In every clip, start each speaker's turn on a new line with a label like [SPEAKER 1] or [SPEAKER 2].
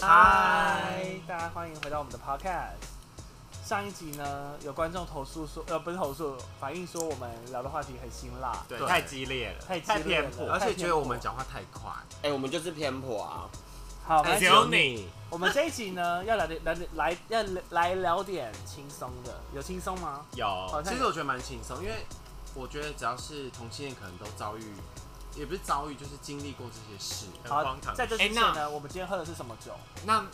[SPEAKER 1] 嗨
[SPEAKER 2] 嗨，大家欢迎回到我们的 podcast。上一集呢，有观众投诉说，呃，不是投诉，反映说我们聊的话题很辛辣，
[SPEAKER 1] 对
[SPEAKER 3] 对，太激烈了，
[SPEAKER 2] 太
[SPEAKER 3] 太
[SPEAKER 2] 激烈了
[SPEAKER 3] 偏颇。
[SPEAKER 2] 而
[SPEAKER 3] 而
[SPEAKER 2] 且
[SPEAKER 3] 且
[SPEAKER 2] 觉
[SPEAKER 3] 觉
[SPEAKER 2] 得
[SPEAKER 3] 得
[SPEAKER 2] 我
[SPEAKER 3] 我
[SPEAKER 2] 们
[SPEAKER 3] 们讲话太快，
[SPEAKER 1] 哎、我们就是偏颇啊，
[SPEAKER 2] 好，没关
[SPEAKER 3] 只
[SPEAKER 2] 系
[SPEAKER 3] 有你
[SPEAKER 2] 哎我们这一集呢，要聊点来来要来聊点轻松的，有轻松吗？好
[SPEAKER 3] 有。
[SPEAKER 2] 像
[SPEAKER 3] 其实我觉得蛮轻松，因为我觉得只要是同性恋，可能都遭遇，也不是遭遇，就是经历过这些事。
[SPEAKER 4] 很
[SPEAKER 2] 好
[SPEAKER 4] 荒，唐。
[SPEAKER 2] 在这之前
[SPEAKER 5] 哎
[SPEAKER 2] 呢，我们今天喝的是什么酒？
[SPEAKER 5] 那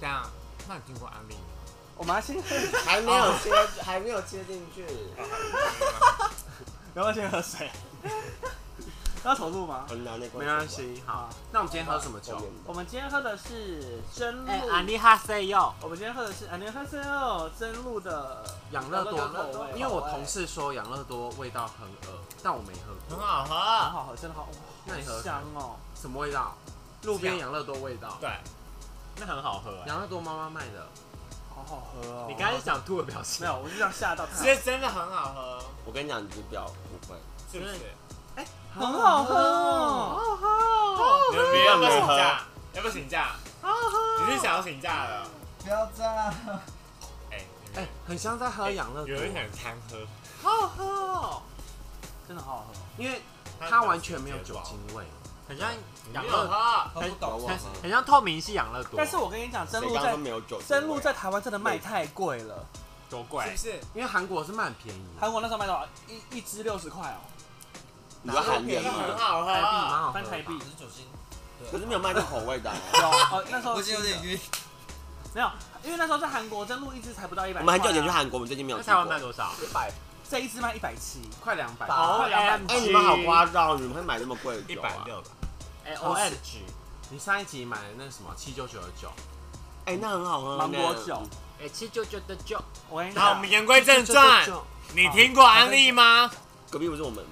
[SPEAKER 5] 这样，那你听过安利吗？
[SPEAKER 2] 我们要先，
[SPEAKER 1] 还没有切，还没有切进去。
[SPEAKER 2] 然后先喝水。要投入吗？
[SPEAKER 1] 很难那关
[SPEAKER 3] 没关。系，好
[SPEAKER 2] 好。
[SPEAKER 3] 那我们今天喝什么酒
[SPEAKER 1] 后？面
[SPEAKER 2] 我们今天喝的是真
[SPEAKER 3] 哎
[SPEAKER 2] 露，
[SPEAKER 3] 哈塞哟，
[SPEAKER 2] 我们今天喝的是安利哈森哦，真露的
[SPEAKER 3] 养乐
[SPEAKER 2] 养乐多
[SPEAKER 3] 多
[SPEAKER 2] 口，味
[SPEAKER 3] 因为我同事说养乐多味道很恶，但我没喝
[SPEAKER 4] 很
[SPEAKER 3] 过。
[SPEAKER 4] 好
[SPEAKER 2] 很
[SPEAKER 4] 喝，
[SPEAKER 2] 好喝，真的好，哇，
[SPEAKER 3] 那
[SPEAKER 2] 好
[SPEAKER 3] 你喝喝
[SPEAKER 2] 香哦。
[SPEAKER 3] 什么味道？路边养乐多味道。
[SPEAKER 4] 对，那很好喝哎。
[SPEAKER 3] 养乐多妈妈卖的。
[SPEAKER 2] 好好喝哦！
[SPEAKER 4] 你刚才想吐的表情
[SPEAKER 2] 没，有，我就这样吓到
[SPEAKER 5] 其
[SPEAKER 2] 他。
[SPEAKER 5] 实真的很好喝，
[SPEAKER 1] 我跟你讲，你就不要不会。
[SPEAKER 5] 是不是？
[SPEAKER 3] 哎，
[SPEAKER 2] 很好喝哦，
[SPEAKER 3] 好喝哦，
[SPEAKER 5] 你们要不要请假？要不要请假？你是想要请假了？
[SPEAKER 6] 不要这样，
[SPEAKER 5] 哎，
[SPEAKER 3] 哎，很像在喝养乐多
[SPEAKER 5] 有，人想贪喝，
[SPEAKER 3] 好喝哦，
[SPEAKER 2] 真的好好喝。
[SPEAKER 3] 因为它完全没有酒精味，很像
[SPEAKER 5] 没
[SPEAKER 3] 养
[SPEAKER 5] 有
[SPEAKER 3] 乐，
[SPEAKER 5] 喝，
[SPEAKER 1] 他不懂我喝。
[SPEAKER 3] 很像透明系养乐多。
[SPEAKER 2] 但是我跟你讲，真
[SPEAKER 1] 谁
[SPEAKER 2] 露
[SPEAKER 1] 刚刚
[SPEAKER 2] 在
[SPEAKER 1] 说没有酒精味啊？
[SPEAKER 2] 真露在台湾真的卖太贵了。
[SPEAKER 4] 多
[SPEAKER 5] 是
[SPEAKER 4] 贵
[SPEAKER 5] 不？是？
[SPEAKER 3] 因为韩国是蛮便宜的，
[SPEAKER 2] 韩国那时候卖多少？一一支六十块哦，
[SPEAKER 1] 你说韩元
[SPEAKER 5] 真的很
[SPEAKER 1] 吗？
[SPEAKER 5] 好
[SPEAKER 3] 台币蛮
[SPEAKER 5] 喝，
[SPEAKER 3] 好喝
[SPEAKER 2] 翻
[SPEAKER 3] 的。
[SPEAKER 2] 台币。
[SPEAKER 6] 是酒精，
[SPEAKER 1] 可是没有卖到好味道啊。
[SPEAKER 2] 有哦，那时候
[SPEAKER 6] 我今天有点晕。
[SPEAKER 2] 没有，因为那时候在韩国真露一支才不到一百。啊
[SPEAKER 1] 我们很久以前去韩国，我们最近没有
[SPEAKER 3] 那
[SPEAKER 1] 去
[SPEAKER 3] 台湾卖
[SPEAKER 1] 过。
[SPEAKER 3] 多少？
[SPEAKER 1] 一百。
[SPEAKER 2] 这一支卖一百七，
[SPEAKER 3] 快两百。
[SPEAKER 1] 八
[SPEAKER 2] 快两百。
[SPEAKER 1] 哎，你们好夸张，你们会买那么贵的
[SPEAKER 4] 一
[SPEAKER 1] 酒
[SPEAKER 4] 百
[SPEAKER 1] 啊？
[SPEAKER 4] 六吧，
[SPEAKER 3] 哎，O M G！你上一集买的那个什么七九九的酒，
[SPEAKER 1] 哎，那很好喝呢。
[SPEAKER 2] 芒果酒。
[SPEAKER 3] 哎，七九九的酒。
[SPEAKER 2] 我跟你
[SPEAKER 5] 然后我
[SPEAKER 2] 讲
[SPEAKER 5] 们，言归正传，你听过安利吗？
[SPEAKER 1] 隔壁不是我们，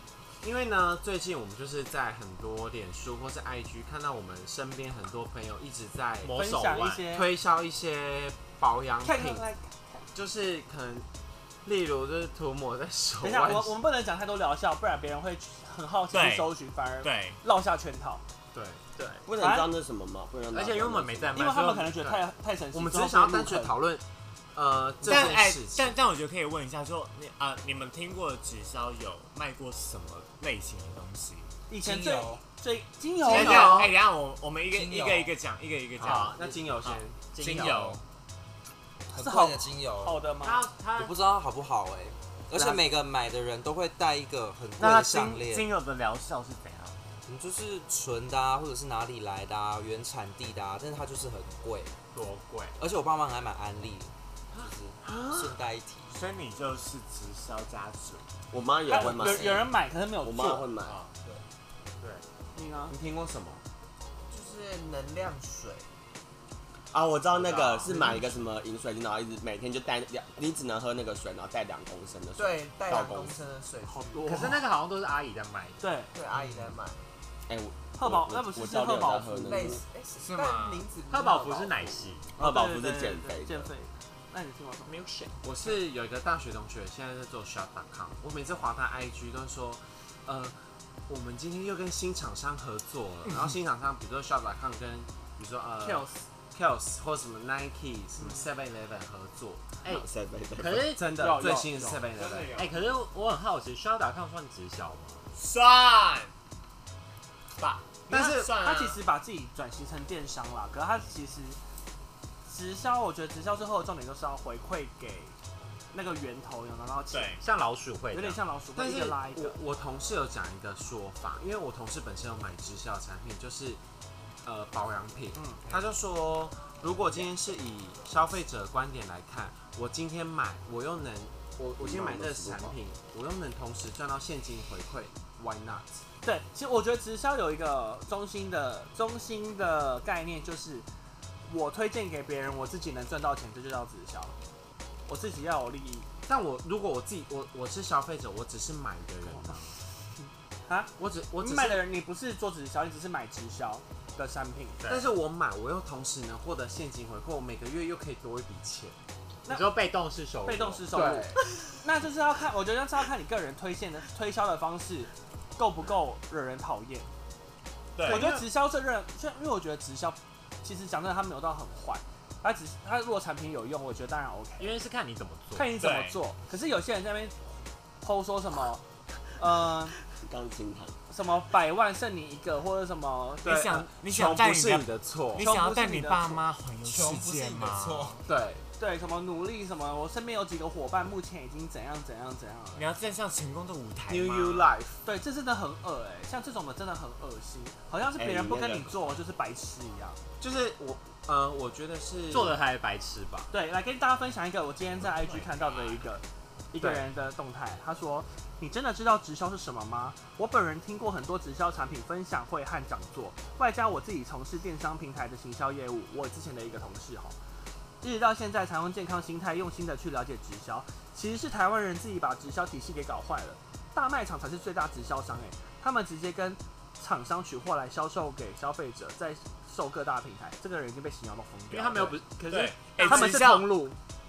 [SPEAKER 3] 因为呢，最近我们就是在很多脸书或是 IG 看到我们身边很多朋友一直在
[SPEAKER 4] 魔
[SPEAKER 2] 分
[SPEAKER 4] 手
[SPEAKER 2] 享一
[SPEAKER 4] 腕。
[SPEAKER 2] 些
[SPEAKER 3] 推销一些保养
[SPEAKER 2] 看
[SPEAKER 3] 品
[SPEAKER 2] 看，看。
[SPEAKER 3] 就是可能例如就是涂抹在手
[SPEAKER 2] 等一下，
[SPEAKER 3] 腕
[SPEAKER 2] 我我们不能讲太多疗效，不然别人会很好奇去
[SPEAKER 4] 对
[SPEAKER 2] 搜寻，反而
[SPEAKER 4] 对，
[SPEAKER 2] 落下圈套，
[SPEAKER 3] 对对，
[SPEAKER 1] 不能知道那是什么吗？不能。
[SPEAKER 3] 而且因为我们没在卖，
[SPEAKER 2] 因为他
[SPEAKER 3] 所以
[SPEAKER 2] 们
[SPEAKER 3] 我
[SPEAKER 2] 可能觉得
[SPEAKER 3] 对
[SPEAKER 2] 太太神奇。
[SPEAKER 3] 我们只
[SPEAKER 2] 之后
[SPEAKER 3] 是想要
[SPEAKER 2] 不入
[SPEAKER 3] 单纯
[SPEAKER 2] 坑
[SPEAKER 3] 讨论呃这
[SPEAKER 5] 但
[SPEAKER 3] 件
[SPEAKER 5] 哎
[SPEAKER 3] 事，情。
[SPEAKER 5] 但但我觉得可以问一下，说你啊，你们听过的直销有卖过什么类型的东西？
[SPEAKER 2] 以前最
[SPEAKER 6] 精油
[SPEAKER 2] 最精油
[SPEAKER 5] 哎，
[SPEAKER 3] 精
[SPEAKER 2] 有
[SPEAKER 3] 油
[SPEAKER 5] 等下，哎，等下，我我们一个
[SPEAKER 6] 精
[SPEAKER 5] 一
[SPEAKER 6] 油
[SPEAKER 5] 个一个讲，一个一个
[SPEAKER 3] 好
[SPEAKER 5] 讲，。
[SPEAKER 3] 那精油先
[SPEAKER 5] 好，
[SPEAKER 3] 精
[SPEAKER 5] 精油，
[SPEAKER 6] 很
[SPEAKER 2] 是好
[SPEAKER 6] 贵的精油，
[SPEAKER 2] 好的吗？
[SPEAKER 3] 它它
[SPEAKER 6] 我不知道好不好哎、而且每个买的人都会带一个很贵的项链，
[SPEAKER 3] 油的疗效是怎样？
[SPEAKER 6] 你就是纯的啊，或者是哪里来的啊，原产地的啊，但是它就是很贵。
[SPEAKER 4] 多贵？
[SPEAKER 6] 而且我爸妈很爱买安利，就是顺带一提。
[SPEAKER 5] 所以你就是直销家族，
[SPEAKER 1] 我妈也
[SPEAKER 2] 啊
[SPEAKER 1] 会买，
[SPEAKER 2] 有有人买，可是没有
[SPEAKER 1] 我妈也会
[SPEAKER 2] 做。
[SPEAKER 1] 买。
[SPEAKER 2] 你呢？
[SPEAKER 3] 你听过什么？
[SPEAKER 6] 就是能量水，
[SPEAKER 1] 啊，我知道那
[SPEAKER 3] 道
[SPEAKER 1] 个是买一个什么饮水机，然后一直每天就带两，你只能喝那个水，然后带两公升的水。
[SPEAKER 6] 对，带
[SPEAKER 1] 两公
[SPEAKER 6] 升的水
[SPEAKER 3] 好多，可是那个好像都是阿姨在卖的。
[SPEAKER 2] 对，
[SPEAKER 6] 对，阿姨在买，
[SPEAKER 1] 哎，我
[SPEAKER 2] 贺宝
[SPEAKER 1] 我
[SPEAKER 2] 那不是
[SPEAKER 1] 我
[SPEAKER 2] 是
[SPEAKER 1] 教
[SPEAKER 2] 贺
[SPEAKER 1] 练
[SPEAKER 2] 宝
[SPEAKER 1] 在
[SPEAKER 2] 福
[SPEAKER 1] 喝那
[SPEAKER 6] 类
[SPEAKER 1] 个
[SPEAKER 6] 似，哎，
[SPEAKER 5] 是吗
[SPEAKER 6] 但名字不
[SPEAKER 3] 喝宝福是奶昔，
[SPEAKER 1] 二宝
[SPEAKER 2] 哦对
[SPEAKER 1] 不
[SPEAKER 2] 对
[SPEAKER 1] 是
[SPEAKER 2] 对
[SPEAKER 1] 减
[SPEAKER 2] 对
[SPEAKER 1] 肥的，
[SPEAKER 2] 减肥。那你听过什么？
[SPEAKER 3] 我是有一个大学同学，现在在做 shop.com，我每次划他 IG 都说，呃，我们今天又跟新厂商合作了，然后新厂商比如说 shop.com 跟比如说呃
[SPEAKER 2] Kills
[SPEAKER 3] 嗯 Kels 或什么 Nike 什么 Seven Eleven 合作，哎、
[SPEAKER 2] 哦
[SPEAKER 1] 哎，谁肥的？
[SPEAKER 3] 可是
[SPEAKER 2] 有
[SPEAKER 3] 真的最新的
[SPEAKER 2] 有
[SPEAKER 3] Seven
[SPEAKER 5] 真的
[SPEAKER 3] Eleven，
[SPEAKER 5] 有
[SPEAKER 3] 哎，可是我很好奇 shop.com 算直销吗？
[SPEAKER 5] 算吧，
[SPEAKER 3] 但是
[SPEAKER 5] 那算啊
[SPEAKER 2] 他其实把自己转型成电商啦，可是他其实直销，我觉得直销最后的重点就是要回馈给那个源头有拿到钱，
[SPEAKER 5] 对
[SPEAKER 3] 像老鼠会
[SPEAKER 2] 有
[SPEAKER 3] 这
[SPEAKER 2] 点
[SPEAKER 3] 样。
[SPEAKER 2] 像老鼠会
[SPEAKER 3] 但
[SPEAKER 2] 一
[SPEAKER 3] 是
[SPEAKER 2] 个拉一个
[SPEAKER 3] 我。我同事有讲一个说法，因为我同事本身有买直销产品，就是呃保养品，
[SPEAKER 2] 嗯
[SPEAKER 3] 他就说，如果今天是以消费者观点来看，我今天买，我又能，我我今天买这个产品，我又能同时赚到现金回馈，Why not？
[SPEAKER 2] 对，其实我觉得直销有一个中心的中心的概念，就是我推荐给别人，我自己能赚到钱，这就叫直销。我自己要有利益，
[SPEAKER 3] 但我如果我自己，我我是消费者，我只是买的人呢？
[SPEAKER 2] 啊，
[SPEAKER 3] 我只我
[SPEAKER 2] 你
[SPEAKER 3] 只
[SPEAKER 2] 买的
[SPEAKER 3] 是，
[SPEAKER 2] 人你不是做直销，你只是买直销的商品。
[SPEAKER 3] 但是我买，我又同时能获得现金回馈，我每个月又可以多一笔钱。
[SPEAKER 2] 那
[SPEAKER 3] 你说被动式收入，
[SPEAKER 2] 被动式收入
[SPEAKER 3] 对
[SPEAKER 2] 那就是要看，我觉得是要看你个人推荐的推销的方式够不够惹人讨厌。
[SPEAKER 4] 对，
[SPEAKER 2] 我觉得直销这任，就因为我觉得直销其实讲真的，他没有到很坏，他只是他如果产品有用，我觉得当然 OK。
[SPEAKER 4] 因为是看你怎么做。
[SPEAKER 2] 看你怎么
[SPEAKER 5] 对
[SPEAKER 2] 做。可是有些人在那边偷说什么，呃，
[SPEAKER 1] 钢琴弹。
[SPEAKER 2] 什么百万剩你一个，或者什么
[SPEAKER 5] 你
[SPEAKER 2] 对
[SPEAKER 5] 想你想
[SPEAKER 3] 穷
[SPEAKER 5] 带
[SPEAKER 3] 不
[SPEAKER 5] 你
[SPEAKER 3] 是
[SPEAKER 5] 的
[SPEAKER 3] 你，的错
[SPEAKER 5] 你，
[SPEAKER 2] 穷
[SPEAKER 5] 想要
[SPEAKER 2] 不
[SPEAKER 5] 带
[SPEAKER 2] 是
[SPEAKER 5] 你
[SPEAKER 2] 你的
[SPEAKER 5] 爸
[SPEAKER 2] 错
[SPEAKER 5] 妈环游世
[SPEAKER 6] 穷不是
[SPEAKER 5] 界
[SPEAKER 6] 你的
[SPEAKER 5] 吗？
[SPEAKER 6] 错，
[SPEAKER 3] 对，
[SPEAKER 2] 对什么努力什么，我身边有几个伙伴目前已经怎样怎样怎样
[SPEAKER 5] 你
[SPEAKER 2] 了。
[SPEAKER 5] 要站上成功的舞台
[SPEAKER 3] New
[SPEAKER 5] 吗
[SPEAKER 3] You Life，
[SPEAKER 2] 对，这真的很恶哎、像这种的真的很恶心，好像是别
[SPEAKER 1] 哎
[SPEAKER 2] 人
[SPEAKER 1] 你
[SPEAKER 2] 不
[SPEAKER 1] 那
[SPEAKER 2] 跟
[SPEAKER 1] 个
[SPEAKER 2] 你做就是白痴一样。
[SPEAKER 3] 就是我，呃，我觉得是
[SPEAKER 4] 做的还白痴吧？
[SPEAKER 2] 对，来跟大家分享一个我今天在
[SPEAKER 4] 嗯
[SPEAKER 2] IG 看到的一个一个人的动态，他说：“你真的知道直销是什么吗？我本人听过很多直销产品分享会和讲座，外加我自己从事电商平台的行销业务，我之前的一个同事哈，一直到现在才用健康心态用心的去了解直销，其实是台湾人自己把直销体系给搞坏了，大卖场才是最大直销商诶、欸他们直接跟厂商取货来销售给消费者，再售各大平台，这个人已经被洗脑到疯掉了，
[SPEAKER 4] 因为他们又不，可
[SPEAKER 5] 对
[SPEAKER 4] 是，
[SPEAKER 5] 哎
[SPEAKER 2] 他们是
[SPEAKER 5] 直销
[SPEAKER 2] 通路。”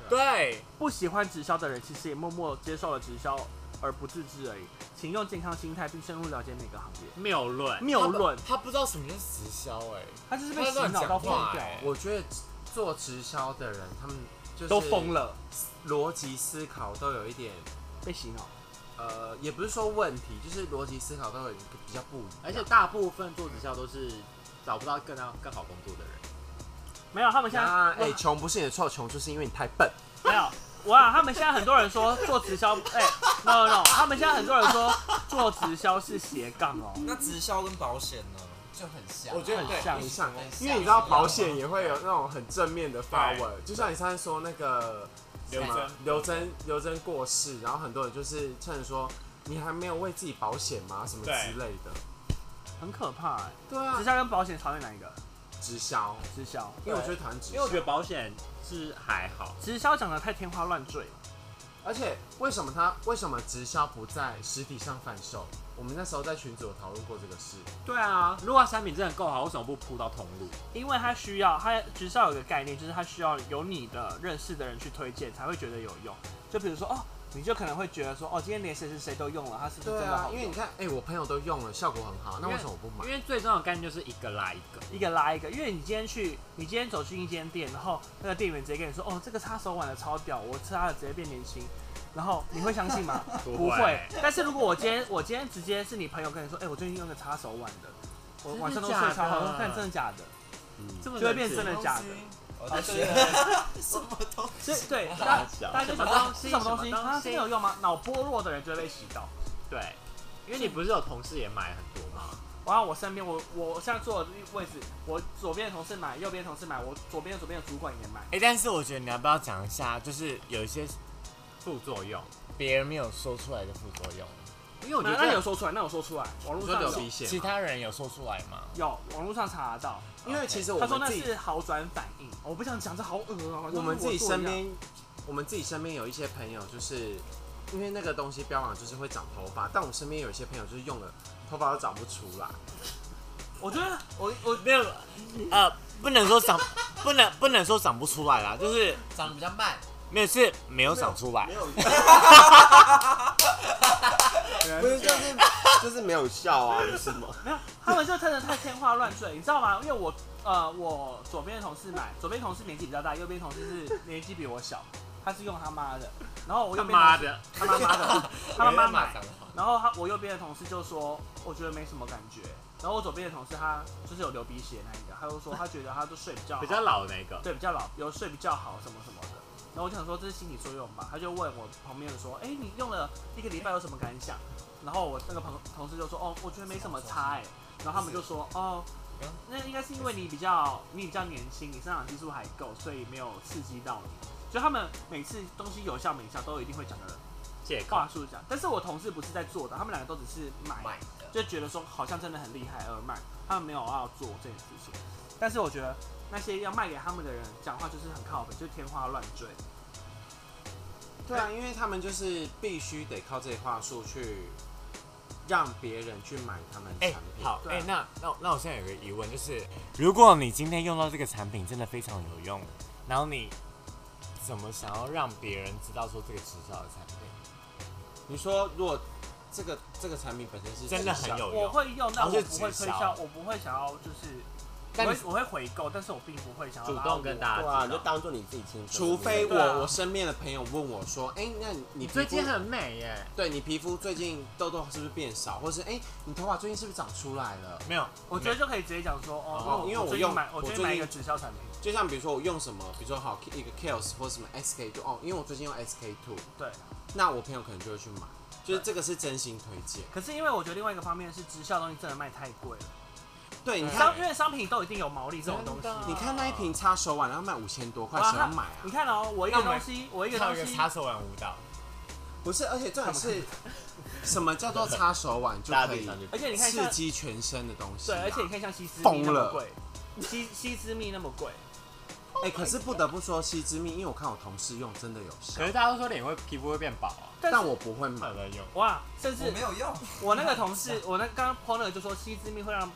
[SPEAKER 5] 对，
[SPEAKER 2] 不喜欢直销的人，其实也默默接受了直销而不自知而已。请用健康心态，并深入了解每个行业。
[SPEAKER 4] 谬论。
[SPEAKER 2] 谬论，
[SPEAKER 5] 他不知道什么是直销哎，
[SPEAKER 2] 他就是被洗脑到疯
[SPEAKER 5] 他乱讲话
[SPEAKER 2] 掉，
[SPEAKER 4] 啊
[SPEAKER 5] 欸
[SPEAKER 3] 我觉得做直销的人，他们就是
[SPEAKER 2] 都疯，了，
[SPEAKER 3] 逻辑思考都有一点，
[SPEAKER 2] 被洗脑。
[SPEAKER 3] 呃，也不是说问题，就是逻辑思考都有比较不一样，
[SPEAKER 4] 而且大部分做直销都是找不到更好更好工作的人。
[SPEAKER 2] 没有，他们现在、
[SPEAKER 3] 啊，哎，穷不是你的错，穷就是因为你太笨。
[SPEAKER 2] 没有。哇，他们现在很多人说做直销，哎、n o no，他们现在很多人说做直销是斜杠哦。
[SPEAKER 6] 那直销跟保险呢就很像，啊
[SPEAKER 5] 我觉得
[SPEAKER 2] 很
[SPEAKER 5] 对，
[SPEAKER 2] 像
[SPEAKER 3] 很像
[SPEAKER 6] 很，像
[SPEAKER 3] 因为你知道保险也会有那种很正面的发文，就像你上次说那个
[SPEAKER 5] 刘
[SPEAKER 3] 什么
[SPEAKER 5] 真
[SPEAKER 3] 刘真刘真过世，然后很多人就是趁着说你还没有为自己保险吗什么之
[SPEAKER 5] 对
[SPEAKER 3] 类的，
[SPEAKER 2] 很可怕、哎
[SPEAKER 3] 对
[SPEAKER 2] 直
[SPEAKER 3] 啊，
[SPEAKER 2] 销跟保险讨厌哪一个？
[SPEAKER 3] 直销，
[SPEAKER 2] 直销，
[SPEAKER 3] 因为我觉得讨厌直
[SPEAKER 4] 因为我
[SPEAKER 3] 销
[SPEAKER 4] 觉，得保险是还好，
[SPEAKER 2] 直销讲的太天花乱坠了。
[SPEAKER 3] 而且为什么他为什么直销不在实体上贩售？我们那时候在群组有讨论过这个事，
[SPEAKER 4] 对啊，如果它产品真的够好，为什么不铺到通路？
[SPEAKER 2] 因为他需要，他直销有个概念，就是他需要有你的认识的人去推荐，才会觉得有用。就比如说，哦，你就可能会觉得说，哦，今天连谁谁谁都用了，他是不是
[SPEAKER 3] 对
[SPEAKER 2] 真的
[SPEAKER 3] 啊
[SPEAKER 2] 好，
[SPEAKER 3] 因
[SPEAKER 2] 用？
[SPEAKER 3] 为你看，哎，我朋友都用了，效果很好，那
[SPEAKER 4] 因
[SPEAKER 3] 为什么我不买
[SPEAKER 4] 因？为最重要的概念就是一个拉一个。
[SPEAKER 2] 一个拉一个，因为你今天去，你今天走进一间店，然后那个店员直接跟你说，哦，这个擦手腕的超屌，我擦了直接变年轻，然后你会相信 吗？不会。但是如果我今天我今天直接是你朋友跟你说，哎、我最近用个擦手腕的，我晚上都睡超好，我说看真的假的，
[SPEAKER 4] 这么
[SPEAKER 2] 就会变真
[SPEAKER 3] 啊
[SPEAKER 4] 冷
[SPEAKER 2] 的
[SPEAKER 4] 静
[SPEAKER 2] 假的。
[SPEAKER 6] 我就觉得什么东
[SPEAKER 2] 所以
[SPEAKER 6] 西，
[SPEAKER 2] 对，
[SPEAKER 1] 大
[SPEAKER 2] 大
[SPEAKER 1] 小
[SPEAKER 2] 大家就
[SPEAKER 4] 什
[SPEAKER 2] 想
[SPEAKER 4] 么
[SPEAKER 2] 说
[SPEAKER 4] 东西
[SPEAKER 2] 是什么东西
[SPEAKER 4] 什么东西
[SPEAKER 2] 啊？真的有用吗？脑波弱的人就会被洗到。
[SPEAKER 4] 对，因为你不是有同事也买很多吗？
[SPEAKER 2] 然后我身边，我我现在坐的位置，我左边的同事买，右边的同事买，我左边的左边的主管也买。
[SPEAKER 5] 哎，但是我觉得你要不要讲一下，就是有一些
[SPEAKER 4] 副作用，
[SPEAKER 5] 别人没有说出来的副作用，
[SPEAKER 4] 因为我觉
[SPEAKER 2] 那
[SPEAKER 4] 得
[SPEAKER 2] 那
[SPEAKER 4] 这
[SPEAKER 2] 有说出来，那有说出来，网络
[SPEAKER 3] 你说
[SPEAKER 2] 上
[SPEAKER 3] 流
[SPEAKER 2] 有
[SPEAKER 3] 鼻血
[SPEAKER 5] 其
[SPEAKER 3] 吗，
[SPEAKER 5] 他人有说出来吗？
[SPEAKER 2] 有网络上查得到，
[SPEAKER 3] 因为其实哦我
[SPEAKER 2] 他说
[SPEAKER 3] 们
[SPEAKER 2] 那
[SPEAKER 3] 自己
[SPEAKER 2] 是好转反应，我不想讲，这好恶哦、好像
[SPEAKER 3] 我们
[SPEAKER 2] 是
[SPEAKER 3] 自己
[SPEAKER 2] 做一
[SPEAKER 3] 身
[SPEAKER 2] 样，
[SPEAKER 3] 边，我们自己身边有一些朋友，就是因为那个东西标榜就是会长头发，但我身边有一些朋友就是用了头发都长不出来。
[SPEAKER 2] 我觉得我我
[SPEAKER 5] 没有，呃，不能说长，不能不能说长不出来啦，就是
[SPEAKER 6] 长得比较慢，
[SPEAKER 5] 没有是没有长出来
[SPEAKER 1] 没，有， 不是就是就是没有效啊，不是吗？
[SPEAKER 2] 没有，他们就真的太天花乱坠，你知道吗？因为我呃，我左边的同事买，左边同事年纪比较大，右边同事是年纪比我小，他是用他妈的，然后我
[SPEAKER 4] 他
[SPEAKER 2] 右边同
[SPEAKER 4] 妈
[SPEAKER 2] 事
[SPEAKER 4] 的，
[SPEAKER 2] 他妈妈 的，他妈妈买
[SPEAKER 5] 长，得好
[SPEAKER 2] 然后他我右边的同事就说，我觉得没什么感觉。然后我左边的同事他就是有流鼻血那一个，他就说他觉得他就 睡比较好
[SPEAKER 4] 比较老的那个，
[SPEAKER 2] 对比较老，有睡比较好什么什么的。然后我就想说这是心理作用吧，他就问我旁边的说，哎、你用了一个礼拜有什么感想？然后我那个朋同事就说，哦，我觉得没什么差哎、然后他们就说，哦，那应该是因为你比较你比较年轻，你生长激素还够，所以没有刺激到你。就他们每次东西有效没效都一定会讲的
[SPEAKER 4] 借口
[SPEAKER 5] 哦
[SPEAKER 2] 话术讲，但是我同事不是在做的，他们两个都只是买，
[SPEAKER 6] 慢的。
[SPEAKER 2] 就觉得说好像真的很厉害而卖，他们没有要做这件事情。但是我觉得那些要卖给他们的人讲话就是很靠北，就是天花乱坠。
[SPEAKER 3] 对啊，因为他们就是必须得靠这些话术去让别人去买他们的
[SPEAKER 5] 哎、
[SPEAKER 3] 产品。
[SPEAKER 5] 好，
[SPEAKER 2] 对
[SPEAKER 5] 哎、
[SPEAKER 2] 啊
[SPEAKER 5] 那那那我现在有个疑问，就是如果你今天用到这个产品真的非常有用，然后你怎么想要让别人知道说这个直销的产品
[SPEAKER 3] 你说如果这个这个产品本身是
[SPEAKER 5] 哦真的很有
[SPEAKER 2] 我
[SPEAKER 5] 用？
[SPEAKER 2] 会用，但
[SPEAKER 5] 好像
[SPEAKER 2] 我
[SPEAKER 5] 是
[SPEAKER 2] 不会推
[SPEAKER 5] 直
[SPEAKER 2] 销
[SPEAKER 5] 销，
[SPEAKER 2] 我不会想要就是我
[SPEAKER 6] 但你
[SPEAKER 2] 会我会回购，但是我并不会想要
[SPEAKER 4] 主
[SPEAKER 2] 拉
[SPEAKER 4] 动
[SPEAKER 2] 我
[SPEAKER 4] 跟大
[SPEAKER 1] 对
[SPEAKER 4] 家
[SPEAKER 1] 啊，
[SPEAKER 4] 知
[SPEAKER 1] 你
[SPEAKER 4] 道
[SPEAKER 1] 就。当做你自己亲生的
[SPEAKER 3] 除非
[SPEAKER 2] 对啊
[SPEAKER 3] 我我身边的朋友问我说，哎、那你你
[SPEAKER 4] 你
[SPEAKER 3] 皮
[SPEAKER 4] 最
[SPEAKER 3] 肤
[SPEAKER 4] 近很美耶，
[SPEAKER 3] 对你皮肤最近痘痘是不是变少，或是哎、你头发最近是不是长出来了？
[SPEAKER 5] 没有，
[SPEAKER 2] 我觉得就可以直接讲说，
[SPEAKER 3] 哦
[SPEAKER 2] 哦，
[SPEAKER 3] 因为我
[SPEAKER 2] 最
[SPEAKER 3] 用
[SPEAKER 2] 近买，我
[SPEAKER 3] 我
[SPEAKER 2] 最近
[SPEAKER 3] 最
[SPEAKER 2] 买一
[SPEAKER 3] 近
[SPEAKER 2] 个直销产品，
[SPEAKER 3] 就像比如说我用什么，比如说好一个 Kills 或什么 SK two 哦，因为我最近用 SK two，
[SPEAKER 2] 对。
[SPEAKER 3] 那我朋友可能就会去买，就是这个是真心推荐。
[SPEAKER 2] 可是因为我觉得另外一个方面是直销的东西真的卖太贵了，
[SPEAKER 3] 对，你看
[SPEAKER 2] 商因为商品都一定有毛利这种东西
[SPEAKER 5] 真。的
[SPEAKER 3] 你看那一瓶擦手腕，然后卖五千多块，
[SPEAKER 2] 哇
[SPEAKER 3] 谁要买啊
[SPEAKER 2] 你？看哦，我一个
[SPEAKER 5] 那我
[SPEAKER 2] 东
[SPEAKER 5] 们
[SPEAKER 2] 西，我一个
[SPEAKER 5] 跳
[SPEAKER 2] 东
[SPEAKER 5] 一个
[SPEAKER 2] 西，
[SPEAKER 5] 插手腕舞蹈，
[SPEAKER 3] 不是，而且重点是，什么叫做擦手腕就
[SPEAKER 1] 大家
[SPEAKER 3] 可
[SPEAKER 1] 对
[SPEAKER 3] 以
[SPEAKER 1] 上去
[SPEAKER 2] 而且你看
[SPEAKER 3] 刺
[SPEAKER 2] 像
[SPEAKER 3] 激全身的东西、
[SPEAKER 2] 对，
[SPEAKER 3] 啊？
[SPEAKER 2] 而且你看像西施蜜那
[SPEAKER 3] 疯
[SPEAKER 2] 么
[SPEAKER 3] 了
[SPEAKER 2] 贵，西西施蜜那么贵，
[SPEAKER 3] 哎、可是不得不说西之蜜，因为我看我同事用真的有效
[SPEAKER 5] 可，是大家都说脸会皮肤会变薄啊，
[SPEAKER 2] 但
[SPEAKER 3] 但
[SPEAKER 2] 是
[SPEAKER 3] 我不会
[SPEAKER 5] 没
[SPEAKER 3] 买
[SPEAKER 5] 有。在用。
[SPEAKER 2] 哇，甚
[SPEAKER 6] 我
[SPEAKER 2] 至
[SPEAKER 6] 没有用，
[SPEAKER 2] 我那个同事，我那刚刚 PO 那个就说西施蜜会让